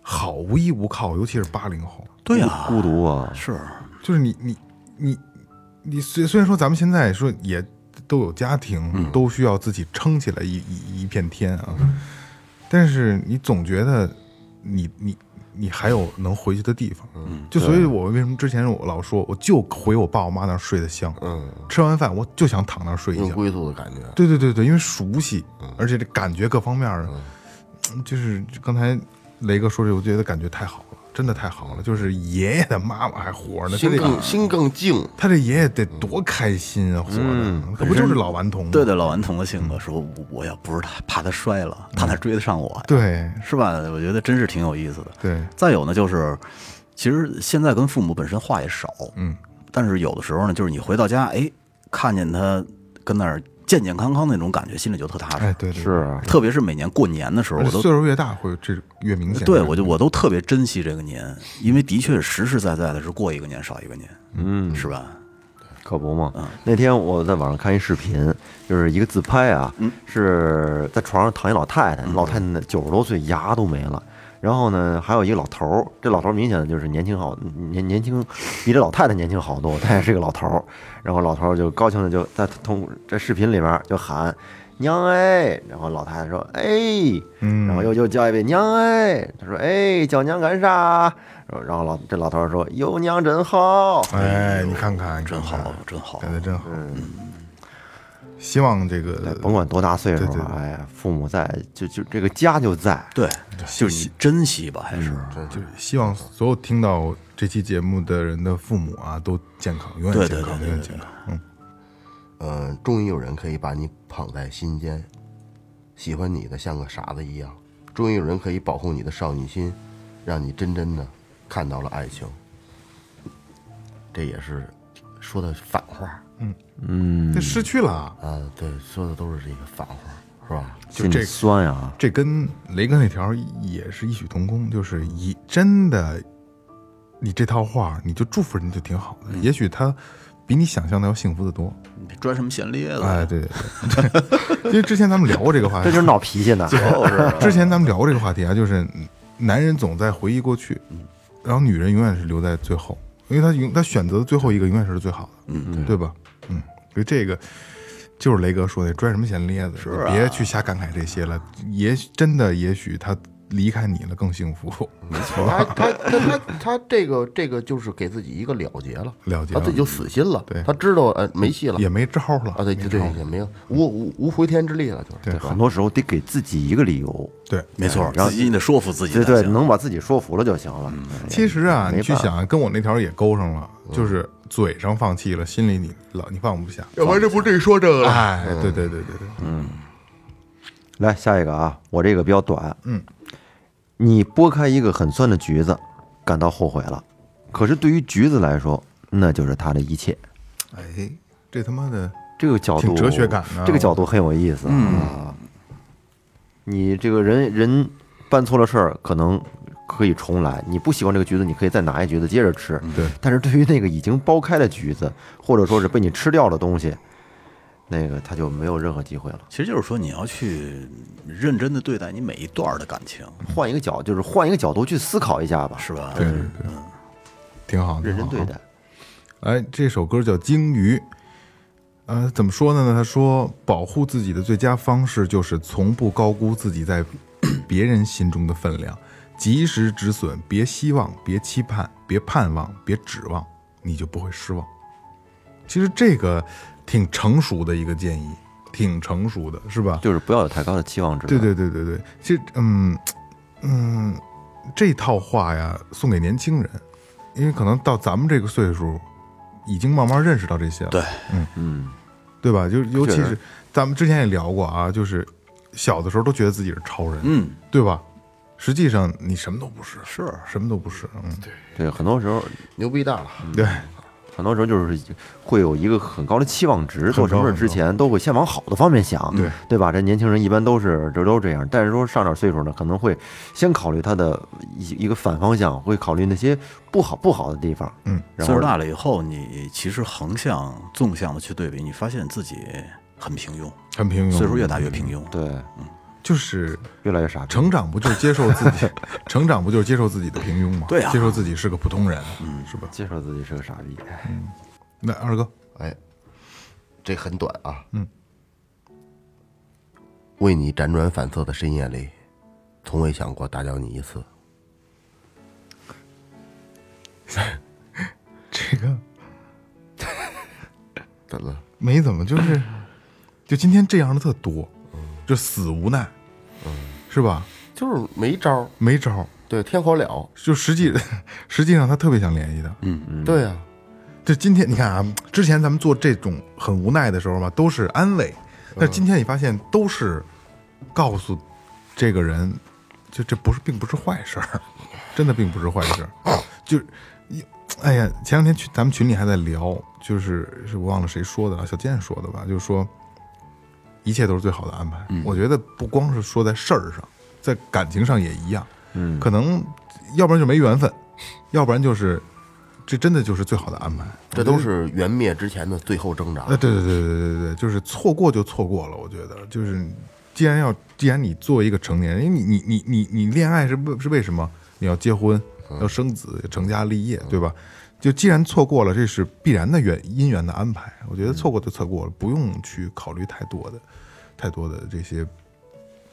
Speaker 2: 好无依无靠，尤其是八零后，
Speaker 4: 对啊，
Speaker 5: 孤独啊，
Speaker 4: 是
Speaker 2: 就是你你你你虽虽然说咱们现在说也都有家庭，都需要自己撑起来一一一片天啊，但是你总觉得你你你还有能回去的地方，嗯，就所以我为什么之前我老说我就回我爸我妈那儿睡得香，
Speaker 3: 嗯，
Speaker 2: 吃完饭我就想躺那儿睡一
Speaker 3: 有
Speaker 2: 觉，
Speaker 3: 归宿的感觉。
Speaker 2: 对对对对，因为熟悉，而
Speaker 4: 嗯
Speaker 2: 嗯且这感觉各方面儿，嗯就是刚才雷哥说这，我觉得感觉太好了，真的太好了，就是爷爷的妈妈还活呢，他
Speaker 3: 心
Speaker 2: 这
Speaker 3: 更心更静，
Speaker 2: 他这爷爷得
Speaker 4: 嗯
Speaker 2: 多开心啊，活着，可不就是老顽童吗？
Speaker 4: 对对，老顽童的性格，说我我要不是他，怕他摔了，他
Speaker 2: 嗯
Speaker 4: 哪追得上我呀？
Speaker 2: 对
Speaker 4: 是吧？我觉得真是挺有意思的。
Speaker 2: 对
Speaker 4: 再有呢，就是其实现在跟父母本身话也少，嗯，但是有的时候呢，就是你回到家，哎，看见他跟那儿健健康康那种感觉，心里就特踏实。
Speaker 2: 哎对对，
Speaker 5: 是啊，
Speaker 4: 特别是每年过年的时候，
Speaker 2: 而
Speaker 4: 我
Speaker 2: 且
Speaker 4: 都
Speaker 2: 岁数越大会这越明显。嗯
Speaker 4: 对我就我都特别珍惜这个年，因为的确实实在在的是过一个年少一个年，嗯，是吧？
Speaker 5: 可不嘛。那天我在网上看一视频，就是一个自拍啊，
Speaker 2: 嗯
Speaker 5: 是在床上躺一老太太，老太太九十多岁，牙都没了。然后呢，还有一个老头儿，这老头儿明显就是年轻好，年年轻比这老太太年轻好多，他也是个老头儿。然后老头儿就高兴的就在通在视频里边就喊娘哎，然后老太太说哎，
Speaker 2: 嗯
Speaker 5: 然后又又叫一遍娘哎，他说哎叫娘干啥？然后老这老头儿说有娘真好，
Speaker 2: 哎，你看看，
Speaker 4: 真
Speaker 2: 你看看
Speaker 4: 好，嗯真好
Speaker 2: 改。的真好。希望这个
Speaker 5: 对，甭管多大岁数
Speaker 2: 对对
Speaker 5: 了，
Speaker 2: 对
Speaker 5: 哎呀，父母在，就就这个家就在。
Speaker 4: 对，就是你珍惜吧，还是
Speaker 2: 就是希望所有听到这期节目的人的父母啊，都健康，永远
Speaker 4: 对
Speaker 2: 健
Speaker 4: 对
Speaker 2: 康，
Speaker 4: 对
Speaker 2: 永远健康。嗯，
Speaker 3: 嗯，终于有人可以把你捧在心间，喜欢你的像个傻子一样。终于有人可以保护你的少女心，让你真真的看到了爱情。这也是说的反话
Speaker 2: 这失去了，
Speaker 3: 啊，对，说的都是这个反话，是吧？
Speaker 2: 就这
Speaker 5: 心里酸啊呀、
Speaker 2: 这跟雷哥那条也是异曲同工，就是一真的，你这套话你就祝福人就挺好的，
Speaker 4: 嗯
Speaker 2: 也许他比你想象的要幸福的多。
Speaker 4: 你别拽什么闲咧子。
Speaker 2: 哎，对对对对，因为 之前咱们聊过这个话题，
Speaker 5: 这就是闹 脾气呢。
Speaker 2: 之前咱们聊过这个话题啊，就是男人总在回忆过去，然后女人永远是留在最后，因为她永她选择的最后一个永远是最好的，嗯，对吧？嗯，所以这个就是雷哥说的，拽什么闲咧子，你别去瞎感慨这些了。也许真的，也许他离开你了更幸福，没错，
Speaker 3: 他他他他他这个这个就是给自己一个了结了，
Speaker 2: 了结
Speaker 3: 他
Speaker 2: 了
Speaker 3: 自己就死心了，
Speaker 2: 对
Speaker 3: 他知道呃没戏了
Speaker 2: 也没招儿了
Speaker 3: 啊，对
Speaker 2: 没招
Speaker 3: 对对
Speaker 2: 儿，
Speaker 3: 也没有无无无回天之力了，就
Speaker 2: 对
Speaker 3: 是
Speaker 5: 很多时候得给自己一个理由，
Speaker 2: 对。
Speaker 4: 没错，自己你得说服自己才
Speaker 5: 对
Speaker 4: 行。
Speaker 5: 对，能把自己说服了就行了。哎
Speaker 2: 其实啊，
Speaker 5: 没
Speaker 2: 你去
Speaker 5: 办法
Speaker 2: 想啊，跟我那条也勾上了，就是嘴上放弃了，心里你老你放不下。
Speaker 3: 要不然这不至于说这个了。
Speaker 2: 哎，对对对对对，
Speaker 5: 来下一个啊，我这个比较短。嗯，你剥开一个很酸的橘子，感到后悔了，可是对于橘子来说，那就是它的一切。
Speaker 2: 哎，这他妈的
Speaker 5: 这个角度
Speaker 2: 挺哲学感的啊嗯
Speaker 5: 这个角度很有意思啊。你这个人人办错了事儿，可能可以重来。你不喜欢这个橘子，你可以再拿一橘子接着吃。
Speaker 2: 嗯对
Speaker 5: 但是对于那个已经剥开的橘子，或者说是被你吃掉的东西，那个他就没有任何机会了。
Speaker 4: 其实就是说你要去认真的对待你每一段的感情，
Speaker 5: 换一个角，就是换一个角度去思考一下吧，
Speaker 4: 是吧？
Speaker 2: 对对对，挺好，
Speaker 5: 认
Speaker 2: 挺
Speaker 5: 真
Speaker 2: 好
Speaker 5: 对待。
Speaker 2: 哎，这首歌叫《鲸鱼》，呃，怎么说呢？他说，保护自己的最佳方式就是从不高估自己在 别人心中的分量，及时止损，别希望，别期盼，别盼望，别指望，你就不会失望。其实这个挺成熟的一个建议，挺成熟的，是吧？
Speaker 5: 就是不要有太高的期望值。
Speaker 2: 对，对对对对，其实嗯嗯，这套话呀送给年轻人，因为可能到咱们这个岁数，已经慢慢认识到这些了，嗯
Speaker 4: 对，嗯
Speaker 2: 对吧？就是尤其
Speaker 5: 确
Speaker 2: 是咱们之前也聊过啊，就是小的时候都觉得自己是超人，
Speaker 4: 嗯，
Speaker 2: 对吧？实际上你什么都不是，
Speaker 4: 是
Speaker 2: 什么都不是，嗯，
Speaker 5: 对，很多时候，
Speaker 3: 牛逼大了，
Speaker 2: 对
Speaker 5: 很多时候就是会有一个很高的期望值，
Speaker 2: 高
Speaker 5: 做什么事之前都会先往好的方面想，
Speaker 2: 对
Speaker 5: 对吧？这年轻人一般都是这都是这样，但是说上点岁数呢，可能会先考虑他的一一个反方向，会考虑那些不好不好的地方，
Speaker 2: 嗯，
Speaker 5: 然
Speaker 4: 岁
Speaker 5: 后
Speaker 4: 数大了以后，你其实横向、纵向的去对比，你发现自己很平庸，
Speaker 2: 很平庸，
Speaker 4: 岁数越大越平庸。
Speaker 5: 对
Speaker 2: 就是
Speaker 5: 越来越傻逼，
Speaker 2: 成长不就是接受自 己，成长不就是接受自己的平庸吗？
Speaker 4: 对啊嗯
Speaker 2: 接受自己是个普通人，是吧？
Speaker 5: 接受自己是个傻逼，
Speaker 2: 那二哥，
Speaker 3: 哎，这很短啊。
Speaker 2: 嗯。
Speaker 3: 为你辗转反侧的深夜里，从未想过打搅你一次。
Speaker 2: 这个
Speaker 3: 怎么了？
Speaker 2: 没怎么， 就是就今天这样的特
Speaker 3: 嗯
Speaker 2: 多，就死无奈，是吧？
Speaker 3: 就是没招儿，
Speaker 2: 没招儿，
Speaker 3: 对，天火燎，
Speaker 2: 就实际 实际上他特别想联系他。
Speaker 3: 对啊，
Speaker 2: 就今天你看啊，之前咱们做这种很无奈的时候嘛，都是安慰，但是今天你发现都是告诉这个人，就这不是并不是坏事儿，真的并不是坏事儿，就是。哎呀，前两天群咱们群里还在聊，就是是我忘了谁说的了，小健说的吧，就是说一切都是最好的安排。我觉得不光是说在事儿上，在感情上也一样。嗯，可能要不然就没缘分，要不然就是这真的就是最好的安排。
Speaker 3: 这都是缘灭之前的最后挣扎。
Speaker 2: 呃，对对对对对对，就是错过就错过了，我觉得就是，既然要，既然你作为一个成年人，因为你你你你你恋爱是为是为什么？你要结婚，要生子，成家立业，对吧？就既然错过了，这是必然的缘姻缘的安排。我觉得错过就错过了，不用去考虑太多的太多的这些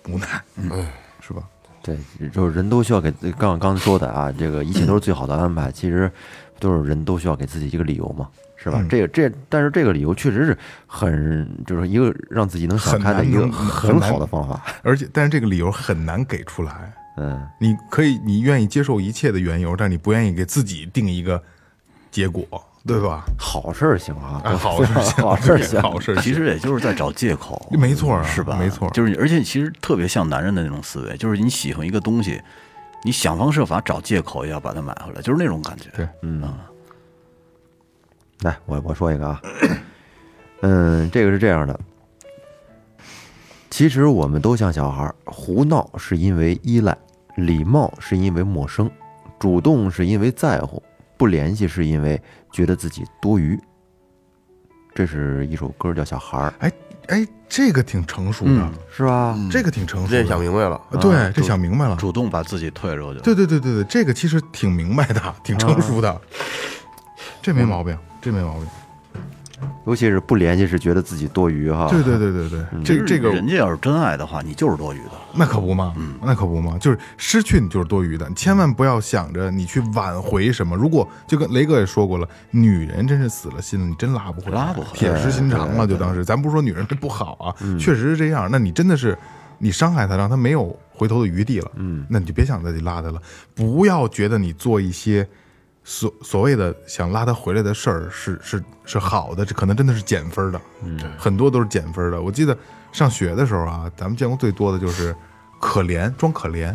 Speaker 2: 无奈，嗯，是吧？
Speaker 5: 对，就是人都需要给自刚刚才说的啊，这个一切都是最好的安排。其实，都是人都需要给自己一个理由嘛，是
Speaker 2: 嗯
Speaker 5: 吧？这个这，但是这个理由确实是很，就是一个让自己能想
Speaker 2: 很
Speaker 5: 开的
Speaker 2: 难
Speaker 5: 一个
Speaker 2: 能
Speaker 5: 很
Speaker 2: 很难
Speaker 5: 好的方法。
Speaker 2: 而且，但是这个理由很难给出来。
Speaker 5: 嗯，
Speaker 2: 你可以，你愿意接受一切的缘由，但你不愿意给自己定一个结果，对吧？
Speaker 5: 好事儿行啊，
Speaker 2: 啊， 好事情，
Speaker 5: 好事儿行。
Speaker 2: 好事
Speaker 4: 其
Speaker 2: 情。
Speaker 4: 实也就是在找借口，
Speaker 2: 没错儿啊
Speaker 4: 是吧？
Speaker 2: 没错儿
Speaker 4: 就是而且其实特别像男人的那种思维，就是你喜欢一个东西，你想方设法找借口也要把它买回来，就是那种感觉。
Speaker 2: 对
Speaker 5: 来，我我说一个 啊，嗯，这个是这样的，其实我们都像小孩儿，胡闹是因为依赖，礼貌是因为陌生，主动是因为在乎，不联系是因为觉得自己多余。这是一首歌叫《小孩儿嗯
Speaker 2: 哎哎，这个挺成熟的，》，
Speaker 5: 是吧？
Speaker 2: 这个挺成熟
Speaker 3: 这
Speaker 2: 的。
Speaker 3: 想明白了，
Speaker 2: 啊对，这想明白了。
Speaker 4: 主动把自己退出去。
Speaker 2: 对对对对对，这个其实挺明白的，挺成熟的，这没毛病，这没毛病。
Speaker 5: 尤其是不联系是觉得自己多余哈。
Speaker 2: 对对对对对，这这个
Speaker 4: 人家要是真爱的话，你就是多余的。
Speaker 2: 那可不嘛，那可不嘛，就是失去你就是多余的，你千万不要想着你去挽回什么。如果就跟雷哥也说过了，女人真是死了心了，你真拉不回来，
Speaker 4: 拉不回来
Speaker 2: 铁石心肠了。就当时，咱不是说女人不好啊，确实是这样。那你真的是你伤害她，让她没有回头的余地了，嗯，那你就别想再去拉她了。不要觉得你做一些所所谓的想拉她回来的事儿是是是好的，这可能真的是减分的，嗯，很多都是减分的。我记得上学的时候啊，咱们见过最多的就是。可怜，装可怜，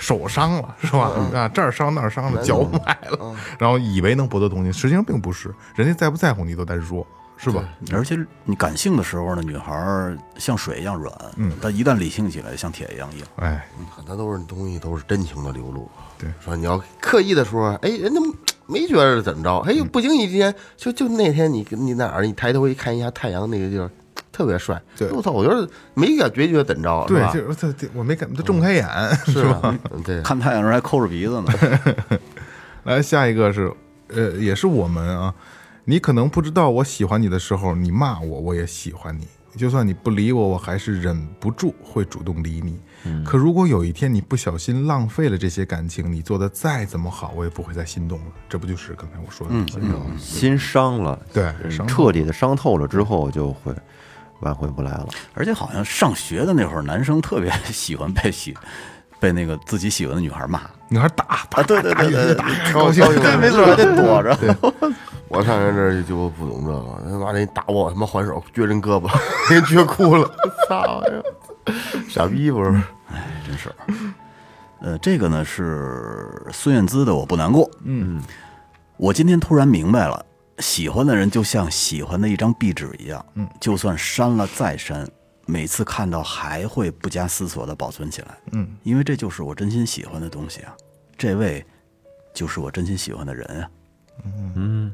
Speaker 2: 手伤了是吧？啊，这儿伤那儿伤了，脚崴了，然后以为能博得同情，实际上并不是，人家在不在乎你都在说，是吧？
Speaker 4: 而且你感性的时候呢，女孩儿像水一样软，但一旦理性起来，像铁一样硬。
Speaker 2: 哎，
Speaker 3: 很多啊都是东西都是真情的流露。啊
Speaker 2: 对
Speaker 3: 说你要刻意的时候，哎，人家没觉得怎么着，哎，
Speaker 4: 嗯
Speaker 3: 不经意之间，就就那天你你哪儿，你抬头一看一下太阳那个地儿，特别帅。
Speaker 2: 对
Speaker 3: 我操，我就是没感觉觉得怎么着，
Speaker 2: 对，
Speaker 3: 是吧？
Speaker 2: 就是这这我没感，这睁不开眼。
Speaker 3: 是吧？嗯对，
Speaker 4: 看太阳时还抠着鼻子呢，
Speaker 2: 来，下一个是，呃，也是我们啊，你可能不知道我喜欢你的时候，你骂我，我也喜欢你。就算你不理我，我还是忍不住会主动理你。
Speaker 4: 嗯
Speaker 2: 可如果有一天你不小心浪费了这些感情，你做的再怎么好，我也不会再心动了。这不就是刚才我说的
Speaker 4: 嗯
Speaker 2: 那些吗？
Speaker 5: 心伤了，
Speaker 2: 对
Speaker 5: 嗯
Speaker 2: 伤
Speaker 5: 彻底的伤透了之后就会挽回不来了。
Speaker 4: 而且好像上学的那会儿，男生特别喜欢被喜被那个自己喜欢的女孩骂。
Speaker 2: 你还是打
Speaker 4: 啊，对对对对，
Speaker 2: 打
Speaker 4: 对
Speaker 2: 高兴，
Speaker 4: 对，没错，还得躲着。
Speaker 3: 我上人这儿就不懂这个，他妈的你打我，我他妈还手撅人胳膊， 人撅哭了， 操！傻逼不是？
Speaker 4: 嗯真是。呃，这个呢是孙燕姿的《我不难过》。嗯，我今天突然明白了，喜欢的人就像喜欢的一张壁纸一样，嗯，就算删了再删，每次看到还会不加思索的保存起来，嗯，因为这就是我真心喜欢的东西啊，这位就是我真心喜欢的人啊。嗯，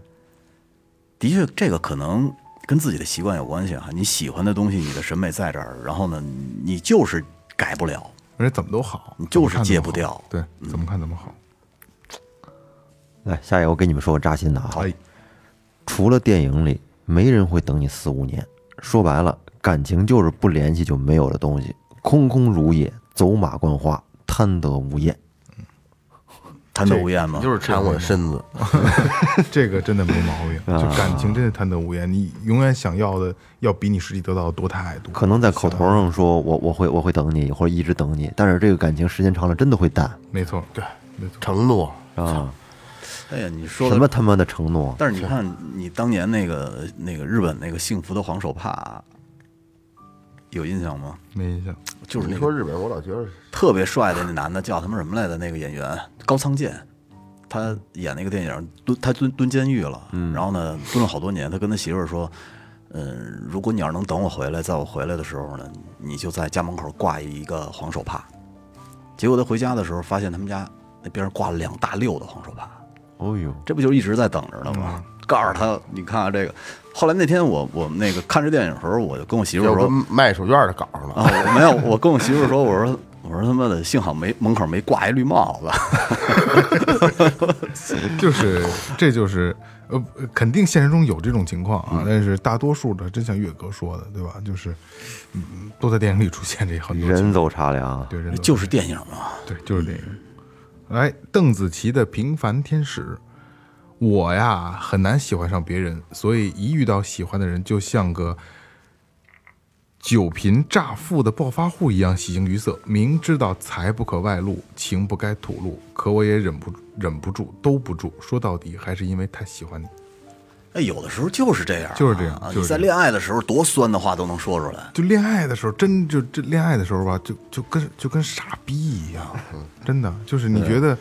Speaker 4: 的确，这个可能。跟自己的习惯有关系哈、你喜欢的东西，你的审美在这儿，然后呢，你就是改不了，
Speaker 2: 而且怎么都好，
Speaker 4: 你就
Speaker 2: 怎
Speaker 4: 是
Speaker 2: 么看怎么
Speaker 4: 戒
Speaker 2: 好
Speaker 4: 不掉嗯
Speaker 2: 对，怎么看怎么好。
Speaker 5: 来，哎下一个我给你们说个扎心的啊！
Speaker 2: 哎，
Speaker 5: 除了电影里，没人会等你四五年。说白了，感情就是不联系就没有的东西，空空如也，走马观花，贪得无厌。
Speaker 4: 贪得无厌吗？
Speaker 3: 你就是馋我的身子，
Speaker 4: 嗯
Speaker 2: 这个真的没毛病，就感情真是贪得无厌，你永远想要的要比你实际得到的多太多。
Speaker 5: 可能在口头上说我我会我会等你，或者一直等你，但是这个感情时间长了真的会淡。
Speaker 2: 没错，对，
Speaker 3: 承诺，
Speaker 5: 啊，
Speaker 4: 哎呀，你说
Speaker 5: 什
Speaker 4: 的
Speaker 5: 么他妈的承诺？
Speaker 4: 但是你看，你当年那个那个日本那个幸福的黄手帕，有印象吗？
Speaker 2: 没印象。
Speaker 4: 就是
Speaker 3: 你
Speaker 4: 那
Speaker 3: 说
Speaker 4: 个
Speaker 3: 日本，我老觉得
Speaker 4: 特别帅的那男的，叫他妈什么来的？那个演员高仓健，他演那个电影蹲他蹲蹲监狱了，
Speaker 3: 嗯
Speaker 4: 然后呢蹲了好多年。他跟他媳妇儿说，嗯，如果你要是能等我回来，在我回来的时候呢，你就在家门口挂一个黄手帕。结果他回家的时候，发现他们家那边挂了两大溜的黄手帕。
Speaker 5: 哦呦，
Speaker 4: 这不就一直在等着呢
Speaker 2: 嗯
Speaker 4: 吗？告诉他，你看啊这个。后来那天我我们那个看这电影的时候，我就跟我媳妇
Speaker 3: 有
Speaker 4: 儿
Speaker 3: 个
Speaker 4: 说
Speaker 3: 卖手绢的稿上
Speaker 4: 啊，
Speaker 3: 了，
Speaker 4: 我没有，我跟我媳妇儿说，我说我说他妈的，幸好没门口没挂一绿帽子，
Speaker 2: 就是，这就是，呃，肯定现实中有这种情况啊，但是大多数的，真像岳哥说的，对吧？就是，嗯，都在电影里出现这很多情
Speaker 5: 人
Speaker 2: 况
Speaker 5: 走茶凉，啊
Speaker 2: 对人走
Speaker 4: 就是电影嘛。
Speaker 2: 对，就是电影。来，邓紫棋的《平凡天使》，我呀很难喜欢上别人，所以一遇到喜欢的人，就像个酒瓶乍富的暴发户一样喜形于色。明知道财不可外露，情不该吐露，可我也忍不忍不住，兜不住。说到底，还是因为太喜欢你。
Speaker 4: 哎，有的时候就是这样啊，
Speaker 2: 就是这样
Speaker 4: 啊
Speaker 2: 就是
Speaker 4: 你在
Speaker 2: 这
Speaker 4: 恋爱的时候，多酸的话都能说出来。
Speaker 2: 就恋爱的时候，真就这恋爱的时候吧，就就跟就跟傻逼一样，真的就是你觉得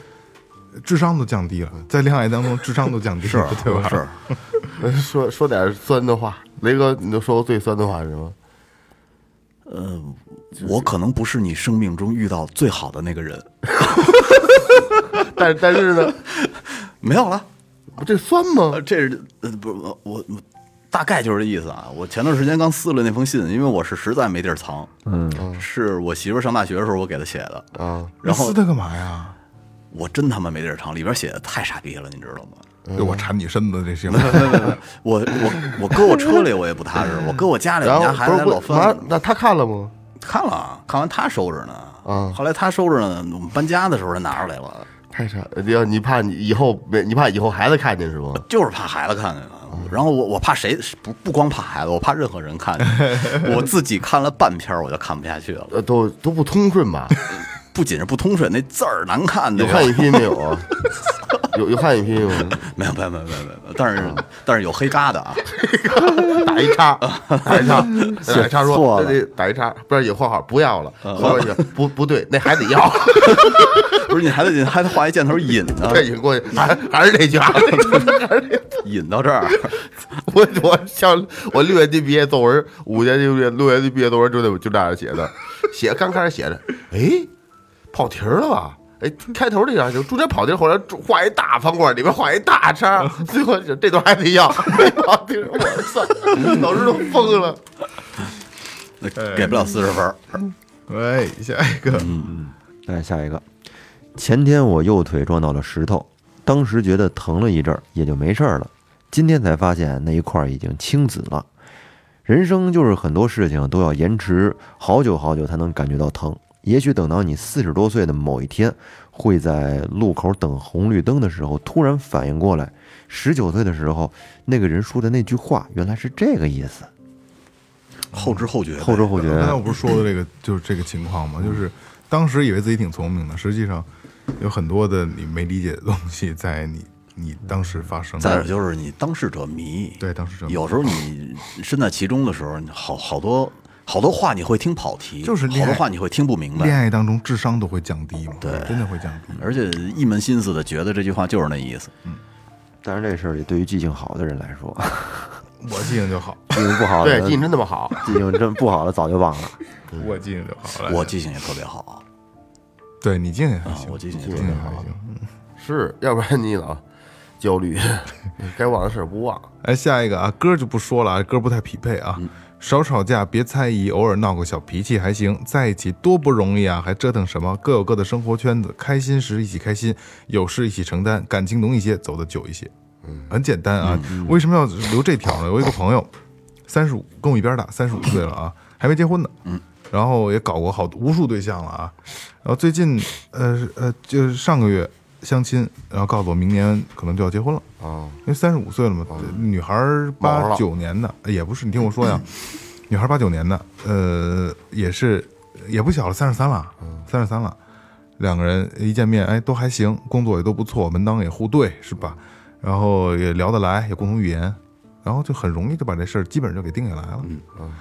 Speaker 2: 智商都降低了，在恋爱当中智商都降低了，对吧？
Speaker 4: 是，啊
Speaker 3: 说说点酸的话。雷哥，你就说过最酸的话是什么？
Speaker 4: 我可能不是你生命中遇到最好的那个人，
Speaker 3: 但但是呢，
Speaker 4: 没有了。
Speaker 3: 这酸吗
Speaker 4: 呃，？这是呃不是我我我大概就是这意思啊。我前段时间刚撕了那封信，因为我是实在没地儿藏。嗯，是我媳妇儿上大学的时候我给她写的，
Speaker 3: 啊，
Speaker 4: 然
Speaker 2: 撕
Speaker 4: 后
Speaker 2: 他干嘛呀？
Speaker 4: 我真他妈没地儿藏，里边写的太傻逼了，你知道 吗？
Speaker 2: 就我缠你身子这 行
Speaker 4: 我我我搁我车里我也不踏实，我搁我家里，
Speaker 3: 然
Speaker 4: 我
Speaker 3: 后
Speaker 4: 家孩
Speaker 3: 不
Speaker 4: 子
Speaker 3: 是
Speaker 4: 还老
Speaker 3: 不马
Speaker 4: 翻
Speaker 3: 那他看了吗？
Speaker 4: 看了，看完他收着呢。
Speaker 3: 啊
Speaker 4: 后来他收着呢，我们搬家的时候他拿出来了，
Speaker 3: 太傻！要你怕你以后没，你怕以后孩子看见是吗？
Speaker 4: 就是怕孩子看见了。然后我我怕谁不不光怕孩子，我怕任何人看 见。我自己看了半篇儿我就看不下去了。
Speaker 3: 呃，都都不通顺 吧？
Speaker 4: 不仅是不通顺，那字儿难看的
Speaker 3: 有
Speaker 4: 哟。
Speaker 3: 汉语拼音没有啊？有有汉语拼音吗？
Speaker 4: 没有没有没有没有没有，但是但是有黑疙瘩啊。
Speaker 3: 打一叉，打一叉，打一叉
Speaker 4: 错
Speaker 3: 说
Speaker 4: 了嗯
Speaker 3: 这这打一叉，不是有括号不要了，我说不不对，那还得 要，
Speaker 4: 不是，你还得你还得画一箭头引啊呢，
Speaker 3: 这引过去还还是那句 话，
Speaker 4: 引到这 儿。
Speaker 3: 我我像我六年级毕业作文，五年级毕业六年级毕业作文就那就那样写的，写刚开始写的，哎，跑题儿了吧？哎，开头这样行，中间跑题儿，后来画一大方块，里面画一大叉，最后这段还得要，没跑题儿，我操，老师都疯了。
Speaker 4: 那给不了四十分儿，
Speaker 2: 哎，下一个，
Speaker 5: 来下一个，前天我右腿撞到了石头，当时觉得疼了一阵儿，也就没事儿了。今天才发现那一块儿已经青紫了。人生就是很多事情都要延迟好久好久才能感觉到疼，也许等到你四十多岁的某一天，会在路口等红绿灯的时候突然反应过来，十九岁的时候那个人说的那句话原来是这个意思。
Speaker 4: 后知后觉呗，
Speaker 5: 后知后觉，
Speaker 2: 刚才我不是说的这个就是这个情况
Speaker 4: 嗯
Speaker 2: 吗？就是当时以为自己挺聪明的，实际上有很多的你没理解的东西在你你当时发生。
Speaker 4: 再有就是你当事者迷，
Speaker 2: 对当事者迷
Speaker 4: 有时候你身在其中的时候，你好好多好多话你会听跑题，
Speaker 2: 就是恋
Speaker 4: 好
Speaker 2: 爱
Speaker 4: 多话你会听不明
Speaker 2: 恋
Speaker 4: 白，
Speaker 2: 爱当中智商都会降低嘛？对，真的会降低。
Speaker 4: 而且一门心思的觉得这句话就是那意思。
Speaker 5: 但是这事儿也对于记性好的人来说，
Speaker 2: 我记性就好，
Speaker 5: 记性不 好的
Speaker 3: 对，记性真那么好，
Speaker 5: 记性真不好了早就忘了。
Speaker 2: 我记性就好了。
Speaker 4: 嗯我记性也特别好
Speaker 2: 对你记性也还
Speaker 4: 啊，
Speaker 2: 行，
Speaker 4: 我记性也
Speaker 2: 记
Speaker 4: 特
Speaker 2: 性
Speaker 4: 别
Speaker 2: 也
Speaker 4: 好
Speaker 2: 还。行。
Speaker 3: 是要不然你老焦虑，该忘的事儿不忘。
Speaker 2: 哎，下一个啊，歌就不说了，啊，歌不太匹配啊。少吵架，别猜疑，偶尔闹个小脾气还行，在一起多不容易啊，还折腾什么？各有各的生活圈子，开心时一起开心，有事一起承担，感情浓一些，走得久一些。很简单啊。为什么要留这条呢？我有一个朋友，三十五，跟我一边大，三十五岁了啊，还没结婚呢。嗯，然后也搞过好无数对象了啊。然后最近，呃呃，就是上个月相亲，然后告诉我明年可能就要结婚了。
Speaker 3: 哦，
Speaker 2: 因为三十五岁了嘛，女孩儿
Speaker 3: 毛
Speaker 2: 八
Speaker 3: 了
Speaker 2: 九年的，也不是你听我说呀，女孩八九年的，呃，也是也不小了，三十三了，三十三了。两个人一见面，哎，都还行，工作也都不错，门当也互对，是吧？然后也聊得来，有共同语言，然后就很容易就把这事儿基本上就给定下来
Speaker 3: 嗯
Speaker 2: 了。
Speaker 3: 啊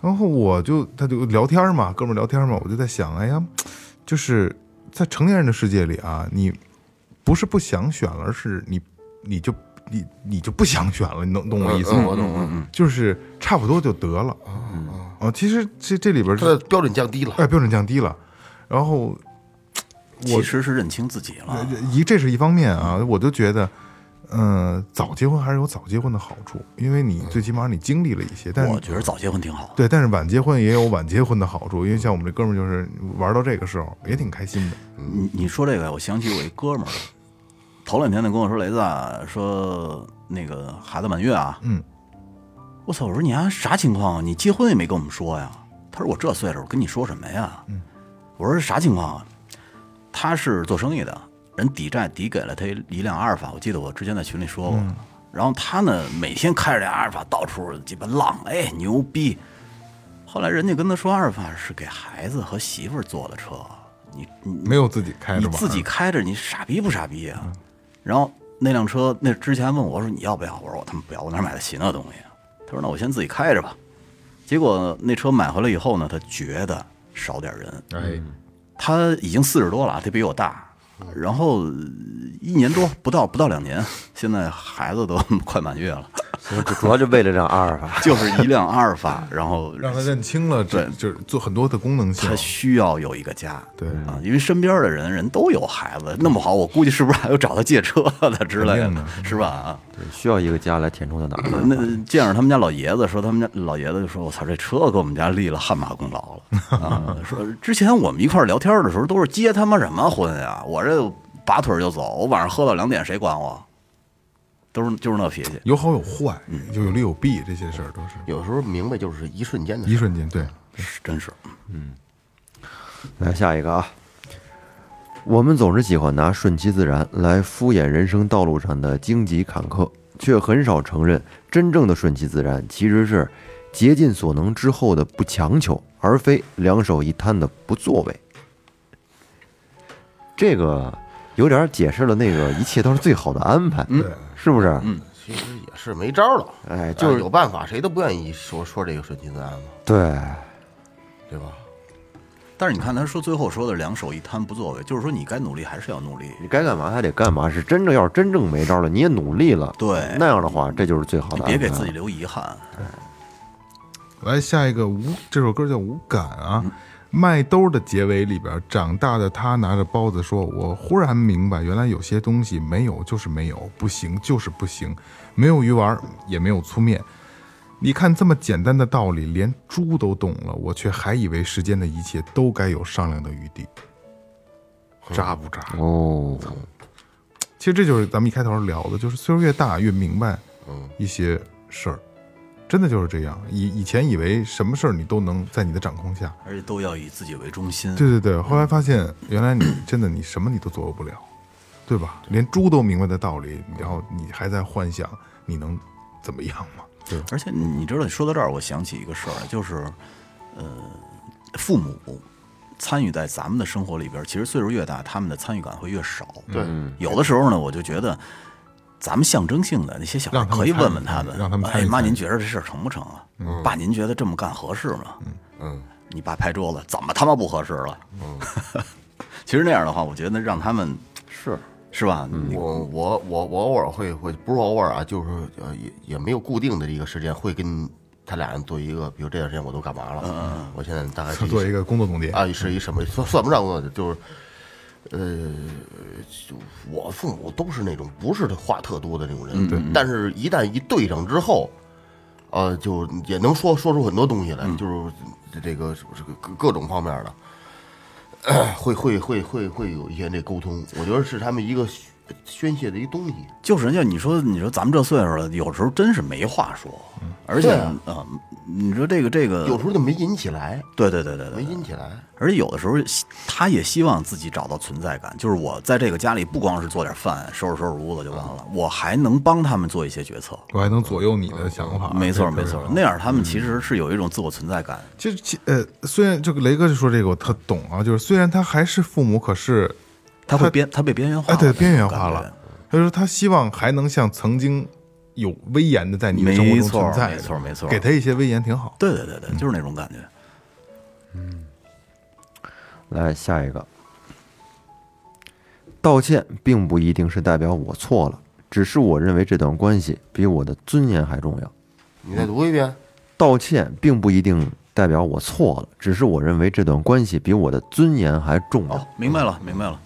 Speaker 2: 然后我就他就聊天嘛，哥们儿聊天嘛，我就在想，哎呀，就是在成年人的世界里啊，你不是不想选了，而是你你就你你就不想选了，你能懂我意思吗？
Speaker 3: 我懂，我懂。
Speaker 2: 就是差不多就得了啊。其实这这里边
Speaker 3: 嗯他的标准降低了，
Speaker 2: 哎标准降低了，然后
Speaker 4: 其实是认清自己了。
Speaker 2: 一这是一方面啊，我就觉得，嗯、早结婚还是有早结婚的好处，因为你最起码你经历了一些，但
Speaker 4: 我
Speaker 2: 是。
Speaker 4: 觉得早结婚挺好的。
Speaker 2: 对，但是晚结婚也有晚结婚的好处，因为像我们这哥们儿就是玩到这个时候也挺开心的。
Speaker 4: 你你说这个，我想起我一哥们儿，头两天他跟我说：“雷子啊，说那个孩子满月啊。”
Speaker 2: 嗯，
Speaker 4: 我操！我说你丫、啥情况啊？你结婚也没跟我们说呀？他说我这岁数跟你说什么呀？嗯，我说啥情况啊？他是做生意的，人抵债抵给了他一辆阿尔法，我记得我之前在群里说过。然后他呢，每天开着这阿尔法到处鸡巴浪，哎，牛逼！后来人家跟他说，阿尔法是给孩子和媳妇儿坐的车，你你
Speaker 2: 没有自己开着
Speaker 4: 你
Speaker 2: 玩儿，
Speaker 4: 自己开着，你傻逼不傻逼啊？然后那辆车，那之前问我说你要不要？我说我他妈不要，我哪买得起那东西啊？他说那我先自己开着吧。结果那车买回来以后呢，他觉得少点人，
Speaker 2: 哎，
Speaker 4: 嗯他已经四十多了啊，他比我大，然后呃一年多不到不到两年，现在孩子都快满月了，
Speaker 5: 主要就为了让阿尔法。
Speaker 4: 就是一辆阿尔法，然后
Speaker 2: 让他认清了这就是做很多的功能性
Speaker 4: 他。需要有一个家，
Speaker 2: 对
Speaker 4: 啊，因为身边的人人都有孩子，弄不好我估计是不是还有找他借车的之类
Speaker 2: 肯定
Speaker 4: 的，是吧？啊，
Speaker 5: 需要一个家来填充的哪儿？
Speaker 4: 那见着他们家老爷子，说他们家老爷子就说：“我操，这车给我们家立了汗马功劳了。”啊，说之前我们一块儿聊天的时候，都是结他妈什么婚呀？我这拔腿就走，我晚上喝到两点，谁管我？都是就是那脾气。
Speaker 2: 有好有坏，
Speaker 4: 嗯
Speaker 2: 就有利有弊，这些事儿都是
Speaker 3: 有时候明白就是一瞬间的
Speaker 2: 一
Speaker 3: 事。
Speaker 2: 瞬间。对，
Speaker 4: 是真是，
Speaker 5: 来下一个啊。我们总是喜欢拿顺其自然来敷衍人生道路上的荆棘坎坷，却很少承认真正的顺其自然其实是竭尽所能之后的不强求，而非两手一摊的不作为。这个有点解释了那个一切都是最好的安排，是不是？嗯，
Speaker 3: 其实也是没招儿了，
Speaker 5: 哎就是
Speaker 3: 哎有办法，谁都不愿意说说这个顺其自然嘛，
Speaker 5: 对，
Speaker 3: 对吧？
Speaker 4: 但是你看他说最后说的两手一摊不作为，就是说你该努力还是要努力。
Speaker 5: 你该干嘛还得干嘛，是真正要是真正没招了，你也努力了，
Speaker 4: 对
Speaker 5: 那样的话，这就是最好
Speaker 4: 你
Speaker 5: 的安排。
Speaker 4: 别给自己留遗憾，
Speaker 2: 来下一个无，这首歌叫《无感》啊。麦兜的结尾里边，长大的他拿着包子说：“我忽然明白，原来有些东西没有就是没有，不行就是不行，没有鱼丸也没有粗面。你看这么简单的道理，连猪都懂了，我却还以为世间的一切都该有商量的余地，渣不渣？
Speaker 5: 哦，
Speaker 2: 其实这就是咱们一开头聊的，就是岁数越大越明白，
Speaker 4: 嗯
Speaker 2: 一些事儿，真的就是这样。以以前以为什么事儿你都能在你的掌控下，
Speaker 4: 而且都要以自己为中心。
Speaker 2: 对对对，后来发现原来你真的你什么你都左右不了，对吧？
Speaker 4: 嗯
Speaker 2: 连猪都明白的道理，然后你还在幻想你能怎么样 吗？对，
Speaker 4: 而且你你知道，说到这儿，我想起一个事儿，就是，呃，父母参与在咱们的生活里边儿，其实岁数越大，他们的参与感会越少。
Speaker 3: 对，
Speaker 5: 嗯
Speaker 4: 有的时候呢，我就觉得，咱们象征性的那些小孩
Speaker 2: 让
Speaker 4: 儿
Speaker 2: 他们
Speaker 4: 可以
Speaker 2: 参与
Speaker 4: 问问他们，
Speaker 2: 让他们参
Speaker 4: 哎
Speaker 2: 与
Speaker 4: 妈，
Speaker 2: 参与嗯
Speaker 4: 您觉得这事儿成不成啊？爸，您觉得这么干合适吗？嗯
Speaker 3: 嗯，
Speaker 4: 你爸拍桌子，怎么他妈不合适了？嗯， 其实那样的话，我觉得让他们
Speaker 5: 是
Speaker 4: 是吧？
Speaker 2: 嗯
Speaker 4: 你
Speaker 3: 我我我我偶尔会会不是偶尔啊，就是呃也也没有固定的一个时间会跟他俩人做一个，比如这段时间我都干嘛了，我现在大概是
Speaker 2: 嗯 做一个工作总结，
Speaker 3: 啊是一什么算算不上恶的，就是呃，就我父母都是那种不是话特多的那种人，但是一旦一对上之后，呃，就也能说说出很多东西来，就是这个这个各各种方面的。会会会会会有一些这沟通，我觉得是他们一个宣泄的一东西。
Speaker 4: 就是人家你说你说咱们这岁数了，有时候真是没话说，
Speaker 2: 嗯
Speaker 4: 而且
Speaker 3: 对
Speaker 4: 啊
Speaker 3: 啊、
Speaker 4: 你说这个这个，
Speaker 3: 有时候就没引起来，
Speaker 4: 对对对对
Speaker 3: 没
Speaker 4: 对，
Speaker 3: 引起来。
Speaker 4: 而且有的时候希他也希望自己找到存在感，就是我在这个家里不光是做点饭、收拾收拾屋子就完
Speaker 2: 啊
Speaker 4: 了，我还能帮他们做一些决策。
Speaker 2: 我还能左右你的想法。
Speaker 4: 嗯没错
Speaker 2: 啊这个嗯
Speaker 4: 没错，那样他们其实是有一种自我存在感。
Speaker 2: 其实其呃，虽然这个雷哥就说这个我特懂啊，就是虽然他还是父母，可是
Speaker 4: 他会边他被边缘化
Speaker 2: 哎
Speaker 4: 了，
Speaker 2: 对
Speaker 4: 那种
Speaker 2: 边缘化
Speaker 4: 感觉
Speaker 2: 了。他说他希望还能像曾经有威严的在你的生活
Speaker 4: 没
Speaker 2: 中
Speaker 4: 错
Speaker 2: 存在，
Speaker 4: 没错没错
Speaker 2: 给他嗯一些威严挺好。
Speaker 4: 对对对对，就是那种感觉。
Speaker 5: 来下一个，道歉并不一定是代表我错了，只是我认为这段关系比我的尊严还重要。
Speaker 3: 你再读一遍，
Speaker 5: 道歉并不一定代表我错了，只是我认为这段关系比我的尊严还重要。
Speaker 4: 哦，明白了明白了，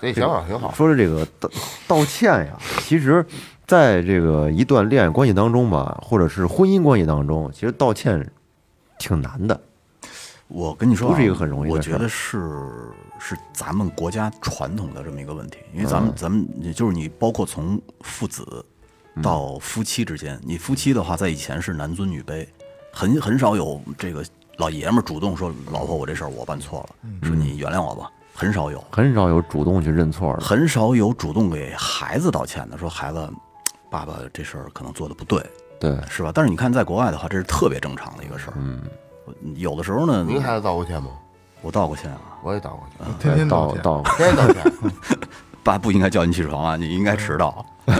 Speaker 3: 这想哎啊法挺好。
Speaker 5: 说的这个道道歉呀，其实在这个一段恋爱关系当中吧，或者是婚姻关系当中，其实道歉挺难的。
Speaker 4: 我跟你说啊，
Speaker 5: 不是一个很容易的
Speaker 4: 我
Speaker 5: 事儿
Speaker 4: 觉得是是咱们国家传统的这么一个问题，因为咱
Speaker 5: 嗯
Speaker 4: 们、咱们也就是你包括从父子
Speaker 5: 嗯
Speaker 4: 到夫妻之间，你夫妻的话在以前是男尊女卑，很很少有这个老爷们儿主动说老婆我这事儿我办错了，
Speaker 5: 嗯
Speaker 4: 说你原谅我吧，很少有，
Speaker 5: 很少有主动去认错的，
Speaker 4: 很少有主动给孩子道歉的，说孩子爸爸这事儿可能做的不对，
Speaker 5: 对，
Speaker 4: 是吧？但是你看在国外的话，这是特别正常的一个事儿，嗯，有的时候呢，
Speaker 3: 您孩子道过歉吗？
Speaker 4: 我道过歉啊。
Speaker 3: 我也道过歉，
Speaker 2: 天天
Speaker 5: 哎道
Speaker 2: 道歉，
Speaker 5: 道
Speaker 3: 天天道歉。
Speaker 4: 爸不应该叫你起床啊，你应该迟到。
Speaker 2: 嗯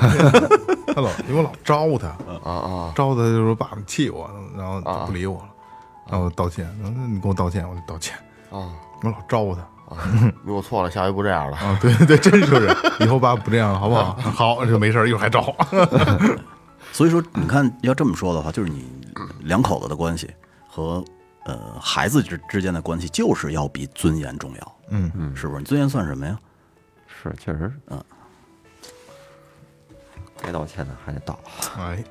Speaker 2: 他老因为我老招他，
Speaker 3: 啊啊，
Speaker 2: 招他就说爸爸你气我，然后就不理我了，然后我道歉，然后那你给我道歉，我就道歉，
Speaker 3: 啊
Speaker 2: 我老招他。
Speaker 3: 你我错了，下回不这样了。
Speaker 2: 啊，对对，真是，以后爸不这样了，好不好？好，就没事儿，一会儿还招。
Speaker 4: 所以说，你看要这么说的话，就是你两口子的关系和呃孩子之之间的关系，就是要比尊严重要。
Speaker 2: 嗯
Speaker 4: 嗯，是不是？你尊严算什么呀？
Speaker 5: 是确实，
Speaker 4: 嗯，
Speaker 5: 该道歉的还得道。
Speaker 2: 哎，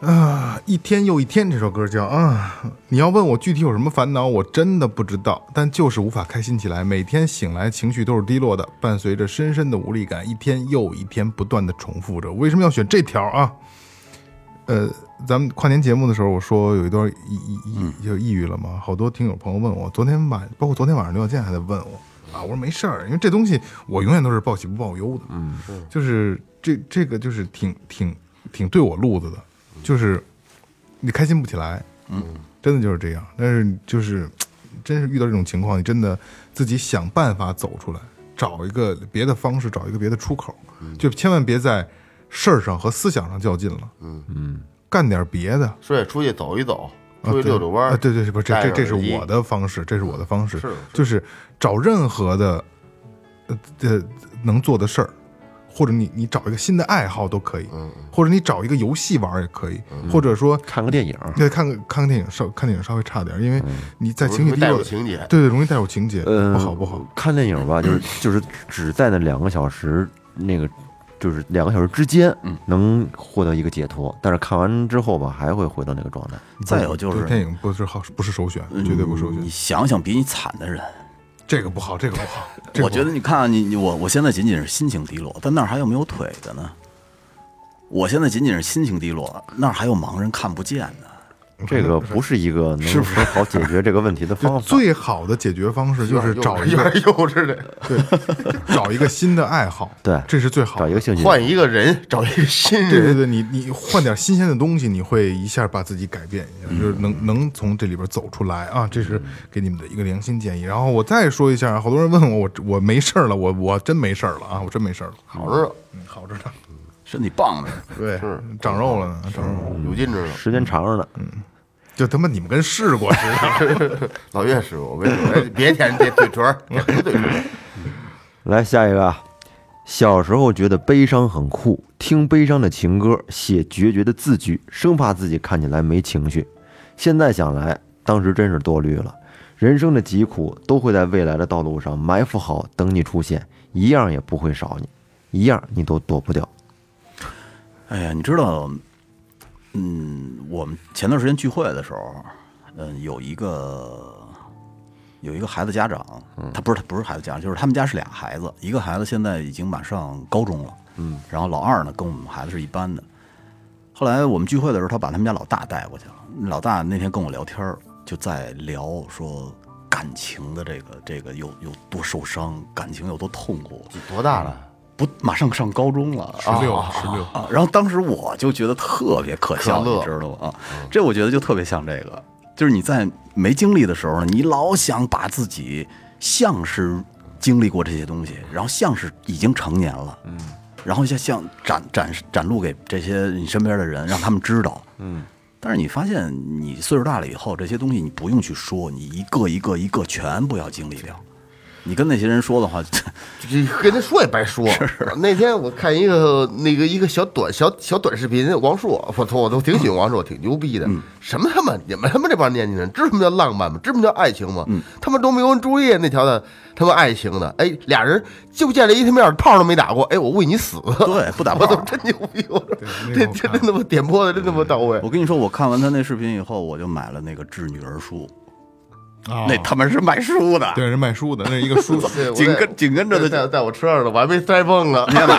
Speaker 2: 啊，一天又一天这首歌叫啊，你要问我具体有什么烦恼，我真的不知道，但就是无法开心起来。每天醒来情绪都是低落的，伴随着深深的无力感，一天又一天不断的重复着。为什么要选这条啊？呃，咱们跨年节目的时候，我说有一段抑抑抑就抑郁了嘛，好多听友朋友问我，昨天晚包括昨天晚上刘小健还在问我啊，我说没事儿，因为这东西我永远都是报喜不报忧的，嗯，就是这这个就是挺挺挺对我路子的，
Speaker 3: 嗯
Speaker 2: 就是你开心不起来，嗯，真的就是这样，但是就是真是遇到这种情况，你真的自己想办法走出来，找一个别的方式，找一个别的出口，
Speaker 3: 嗯
Speaker 2: 就千万别在事儿上和思想上较劲了。
Speaker 3: 嗯
Speaker 2: 干点别的。
Speaker 3: 说也出去走一走，
Speaker 2: 啊
Speaker 3: 出去
Speaker 2: 对
Speaker 3: 遛遛弯
Speaker 2: 啊
Speaker 3: 儿。
Speaker 2: 对对，不是这
Speaker 3: 戴
Speaker 2: 这
Speaker 3: 着
Speaker 2: 这是
Speaker 3: 耳机
Speaker 2: 我的方式，这是我的方式，
Speaker 3: 是
Speaker 2: 就是找任何的呃呃能做的事儿，或者你你找一个新的爱好都可以，
Speaker 3: 嗯
Speaker 2: 或者你找一个游戏玩儿也可以，或者说
Speaker 5: 看个电影，
Speaker 2: 对看个看个电影稍看电影稍微差点儿，因为
Speaker 4: 嗯
Speaker 2: 你在情绪
Speaker 3: 容易
Speaker 2: 低
Speaker 3: 带
Speaker 2: 落
Speaker 3: 入情节
Speaker 2: 对对，容易带入情节，
Speaker 5: 呃，
Speaker 2: 不好不好，。
Speaker 5: 看电影吧，就是就是只在那两个小时那个。就是两个小时之间，能获得一个解脱，但是看完之后吧，还会回到那个状态。
Speaker 4: 再有就是嗯
Speaker 2: 对电影不是好不是首选，绝对不是首选
Speaker 4: 你，想想比你惨的人，
Speaker 2: 这个不好，这个不好，这个
Speaker 4: 我
Speaker 2: 不
Speaker 4: 觉
Speaker 2: 好
Speaker 4: 得你看、啊、你你我我现在仅仅是心情低落，但那儿还有没有腿的呢？我现在仅仅是心情低落，那儿还有盲人看不见呢。
Speaker 5: 这个不是一个能说好解决这个问题
Speaker 2: 就
Speaker 5: 的方法。
Speaker 2: 最好的解决方式就是找一
Speaker 3: 有
Speaker 2: 个
Speaker 3: 点幼稚的，
Speaker 2: 对，找一个新的爱好，
Speaker 5: 对
Speaker 2: 这是最好的。
Speaker 5: 找一个兴趣，
Speaker 3: 换一个人，找一个新
Speaker 2: 对对
Speaker 3: 人。
Speaker 2: 对，你你换点新鲜的东西，你会一下把自己改变一下，就是能能从这里边走出来啊，这是给你们的一个良心建议。然后我再说一下，好多人问我，我我没事儿了，我我真没事儿了啊，我真没事儿了，
Speaker 3: 好着呢，
Speaker 2: 嗯，好着呢，
Speaker 4: 身体棒着，
Speaker 2: 对，长肉了呢，长肉了，
Speaker 3: 有劲着呢。
Speaker 5: 时间长了呢，
Speaker 2: 就他妈你们跟试过似的。
Speaker 3: 老岳师傅，我跟你说，哎别舔这嘴唇儿，
Speaker 2: 嗯
Speaker 3: 舔什么嘴唇儿？
Speaker 5: 来下一个啊，小时候觉得悲伤很酷，听悲伤的情歌，写决绝的字句，生怕自己看起来没情绪。现在想来，当时真是多虑了。人生的疾苦都会在未来的道路上埋伏好，等你出现，一样也不会少你，一样你都躲不掉。
Speaker 4: 哎呀，你知道，嗯，我们前段时间聚会的时候，嗯，有一个有一个孩子家长，他不是他不是孩子家长，就是他们家是俩孩子，一个孩子现在已经马上高中了，嗯，然后老二呢跟我们孩子是一班的。后来我们聚会的时候，他把他们家老大带过去了。老大那天跟我聊天儿，就在聊说感情的这个这个有有多受伤，感情有多痛苦，
Speaker 3: 多大了？
Speaker 4: 不马上上高中了，
Speaker 2: 十
Speaker 3: 哦
Speaker 2: 六十六，
Speaker 4: 啊，然后当时我就觉得特别可笑，
Speaker 3: 可乐
Speaker 4: 你知道吗？啊，这我觉得就特别像这个，就是你在没经历的时候呢，你老想把自己像是经历过这些东西，然后像是已经成年了，嗯，然后像像展展展露给这些你身边的人，让他们知道，嗯。但是你发现你岁数大了以后，这些东西你不用去说，你一个一个一个全部要经历掉。你跟那些人说的话，
Speaker 3: 这跟他说也白说。那天我看一个那个一个小短小小短视频，王朔，我操，我都挺喜
Speaker 4: 嗯
Speaker 3: 欢王朔，挺牛逼的。什么他妈，你们他妈这帮年轻人知道什么叫浪漫吗？知道什么叫爱情吗？
Speaker 4: 嗯
Speaker 3: 他们罗密欧跟朱丽叶那条的他妈爱情的，哎，俩人就见了一他妈炮都没打过，哎，我为你死。
Speaker 4: 对，不打
Speaker 3: 我
Speaker 4: 炮
Speaker 3: 操，真牛逼！我说
Speaker 2: 那个
Speaker 3: 这
Speaker 2: 我
Speaker 3: 这
Speaker 2: 看
Speaker 3: 真他妈点播的真他妈到位
Speaker 4: 我。跟你说，我看完他那视频以后，我就买了那个《致女儿书》，
Speaker 2: 啊
Speaker 4: 那他妈是卖书的，
Speaker 2: 对人卖书的，那是一 个书
Speaker 3: 对我
Speaker 4: 紧
Speaker 3: 在
Speaker 4: 跟紧跟着的
Speaker 3: 在在我车上呢，我还没摘蹦呢，我也买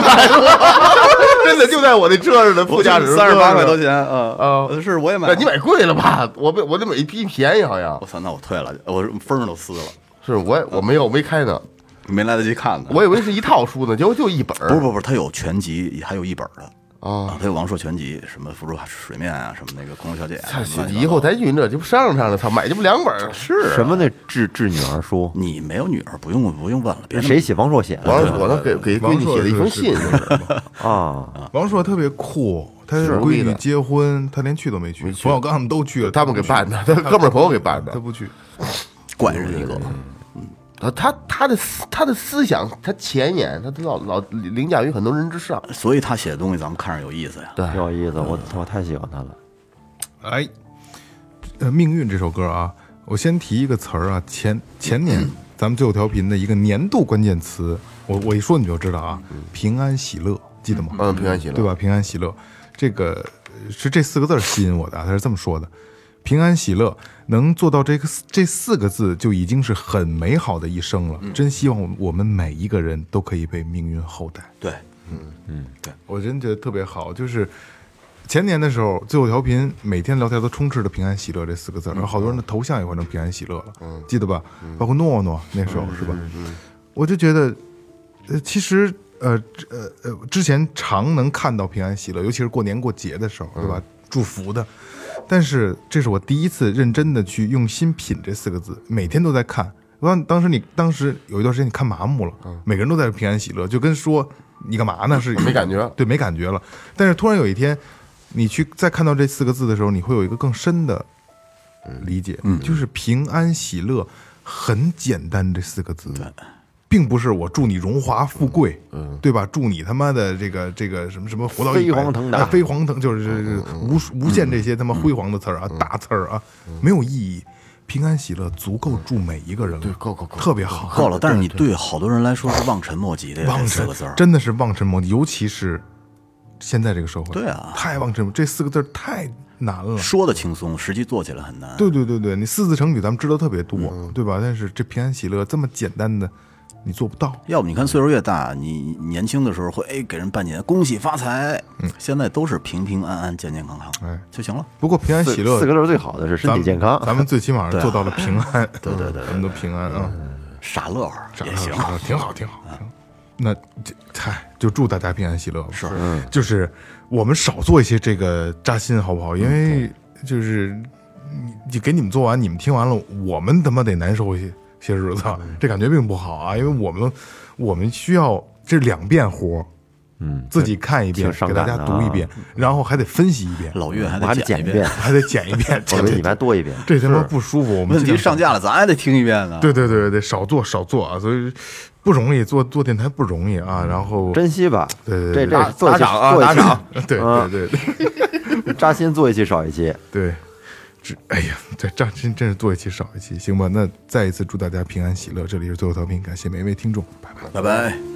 Speaker 3: 了， 真的就在我那车上的副驾驶座
Speaker 4: 三十八
Speaker 3: 上
Speaker 4: 块多钱，啊
Speaker 3: 啊
Speaker 4: 是我也买
Speaker 3: 哎
Speaker 4: 了，
Speaker 3: 你买贵了吧？我被我得买一批便宜，好像
Speaker 4: 我操，那我退了，我封儿都撕了，
Speaker 3: 是我也我没有我没开呢，
Speaker 4: 没来得及看呢。
Speaker 3: 我以为是一套书呢，结果就一本儿。
Speaker 4: 不是不是不是，他有全集，还有一本儿的
Speaker 3: 啊，
Speaker 4: 啊，他有王朔全集，什么浮出水面啊，什么那个空中小姐啊，
Speaker 3: 操
Speaker 4: 什么乱七八糟
Speaker 3: 以后咱运这就不上上了，操，买这不两本儿
Speaker 2: 啊
Speaker 4: 是
Speaker 5: 什么那致致女儿书，
Speaker 4: 你没有女儿，不用不用问了，别那么
Speaker 5: 谁写？王朔写的
Speaker 3: 王朔，我呢给给
Speaker 2: 嗯
Speaker 3: 闺
Speaker 2: 王
Speaker 3: 女
Speaker 2: 朔
Speaker 3: 写了一封
Speaker 2: 是
Speaker 3: 信，
Speaker 2: 是是
Speaker 5: 啊？
Speaker 2: 王朔特别酷，他
Speaker 3: 是
Speaker 2: 闺
Speaker 3: 故意
Speaker 2: 女
Speaker 3: 的
Speaker 2: 结婚，他连去都没去，冯小刚他们都去了，
Speaker 3: 他们给
Speaker 2: 不去
Speaker 3: 办的，他哥们儿朋友给办的
Speaker 2: 他。不去。
Speaker 4: 怪人一个，
Speaker 3: 他他他的思他的思想，他前沿，他老老凌驾于很多人之上。
Speaker 4: 所以他写的东西咱们看着有意思呀。
Speaker 3: 对
Speaker 5: 挺有意思，我
Speaker 2: 嗯
Speaker 5: 我太喜欢他了。
Speaker 2: 哎，呃，《命运》这首歌啊，我先提一个词儿啊，前前 年咱们最后调频的一个年度关键词，我我一说你就知道啊，平安喜乐，记得吗？
Speaker 3: 嗯，平安喜乐，
Speaker 2: 对吧？平安喜乐，这个呃是这四个字儿吸引我的啊，他是这么说的：平安喜乐，能做到这个这四个字就已经是很美好的一生了。
Speaker 3: 嗯
Speaker 2: 真希望我们每一个人都可以被命运厚待。
Speaker 4: 对，
Speaker 2: 我真觉得特别好，就是前年的时候，最后调频每天聊天都充斥着“平安喜乐”这四个字儿，然后好多人的头像也换成“平安喜乐”了，记得吧？包括诺诺那时候是吧？我就觉得，呃，其实呃这呃呃，之前常能看到平安喜乐，尤其是过年过节的时候，对吧？
Speaker 3: 嗯
Speaker 2: 祝福的，但是这是我第一次认真的去用心品这四个字，每天都在看。我当当时你当时有一段时间你看麻木了，每个人都在平安喜乐，就跟说你干嘛呢是
Speaker 3: 嗯没感觉
Speaker 2: 对，没感觉了。但是突然有一天，你去再看到这四个字的时候，你会有一个更深的理解，就是平安喜乐很简单这四个字，并不是我祝你荣华富贵，嗯，对吧？祝你他妈的这个这个什么什么活到
Speaker 5: 飞
Speaker 2: 100
Speaker 5: 黄腾达
Speaker 2: 啊飞黄腾就是就是无无限这些他妈辉煌的词儿啊，大词儿啊，没有意义。平安喜乐足够祝每一个人了，对，够够够，特别好，
Speaker 4: 够了。但是你对好多人来说是望尘莫及的呀，
Speaker 2: 望
Speaker 4: 这四
Speaker 2: 尘
Speaker 4: 个字儿，
Speaker 2: 真的是望尘莫及，尤其是现在这个社会，
Speaker 4: 对啊
Speaker 2: 太望尘莫及，这四个字儿太难了。
Speaker 4: 说的轻松，实际做起来很难。
Speaker 2: 对对对对，你四字成语咱们知道特别多，对吧？但是这平安喜乐这么简单的，你做不到。
Speaker 4: 要不你看岁数越大，你你年轻的时候会哎给人拜年，恭喜发财，现在都是平平安安、健健康康，
Speaker 2: 哎
Speaker 4: 就行了。
Speaker 2: 不过平安喜乐
Speaker 5: 四个字儿最好的是身
Speaker 2: 咱
Speaker 5: 体
Speaker 2: 们
Speaker 5: 健康。
Speaker 2: 咱们最起码是做到了平 安，
Speaker 4: 对对 对对
Speaker 2: 咱们都平安啊，
Speaker 4: 傻乐呵
Speaker 2: 这
Speaker 4: 也行，
Speaker 2: 挺好挺
Speaker 5: 嗯
Speaker 2: 好。挺好那这嗨，就祝大家平安喜乐吧。是，就是我们少做一些这个扎心，好不
Speaker 5: 嗯
Speaker 2: 好？因为就是你你给你们做完，你们听完了，我们他妈得难受些些日子，
Speaker 5: 嗯
Speaker 2: 这感觉并不好啊。因为我们我们需要这两遍活，嗯，自己看一遍，
Speaker 5: 挺伤
Speaker 2: 给大家
Speaker 5: 感的
Speaker 2: 读一
Speaker 5: 啊
Speaker 2: 遍，然后还得分析一遍，
Speaker 4: 老岳还
Speaker 5: 我还
Speaker 4: 得
Speaker 5: 得剪
Speaker 4: 一
Speaker 5: 一
Speaker 4: 遍
Speaker 5: 遍。，
Speaker 2: 还得剪一遍，
Speaker 5: 我
Speaker 2: 这
Speaker 5: 比你们还多一遍。
Speaker 2: 这他妈不舒服。我们
Speaker 4: 问题
Speaker 2: 尽量
Speaker 4: 上架了，咱还得听一遍呢。
Speaker 2: 对对对对，少做少做啊，所以不容易做做电台不容易啊。然后
Speaker 5: 珍惜吧，
Speaker 2: 对对对
Speaker 5: 这
Speaker 2: 打
Speaker 5: 这做一期
Speaker 3: 打赏啊
Speaker 5: 做一
Speaker 3: 打赏
Speaker 5: 期，
Speaker 2: 对对对 对
Speaker 5: 扎心做一期少一期，
Speaker 2: 对，这哎呀，这这真真是做一期少一期，行吧？那再一次祝大家平安喜乐，这里是最后调频，感谢每一位听众，拜拜。
Speaker 4: 拜拜。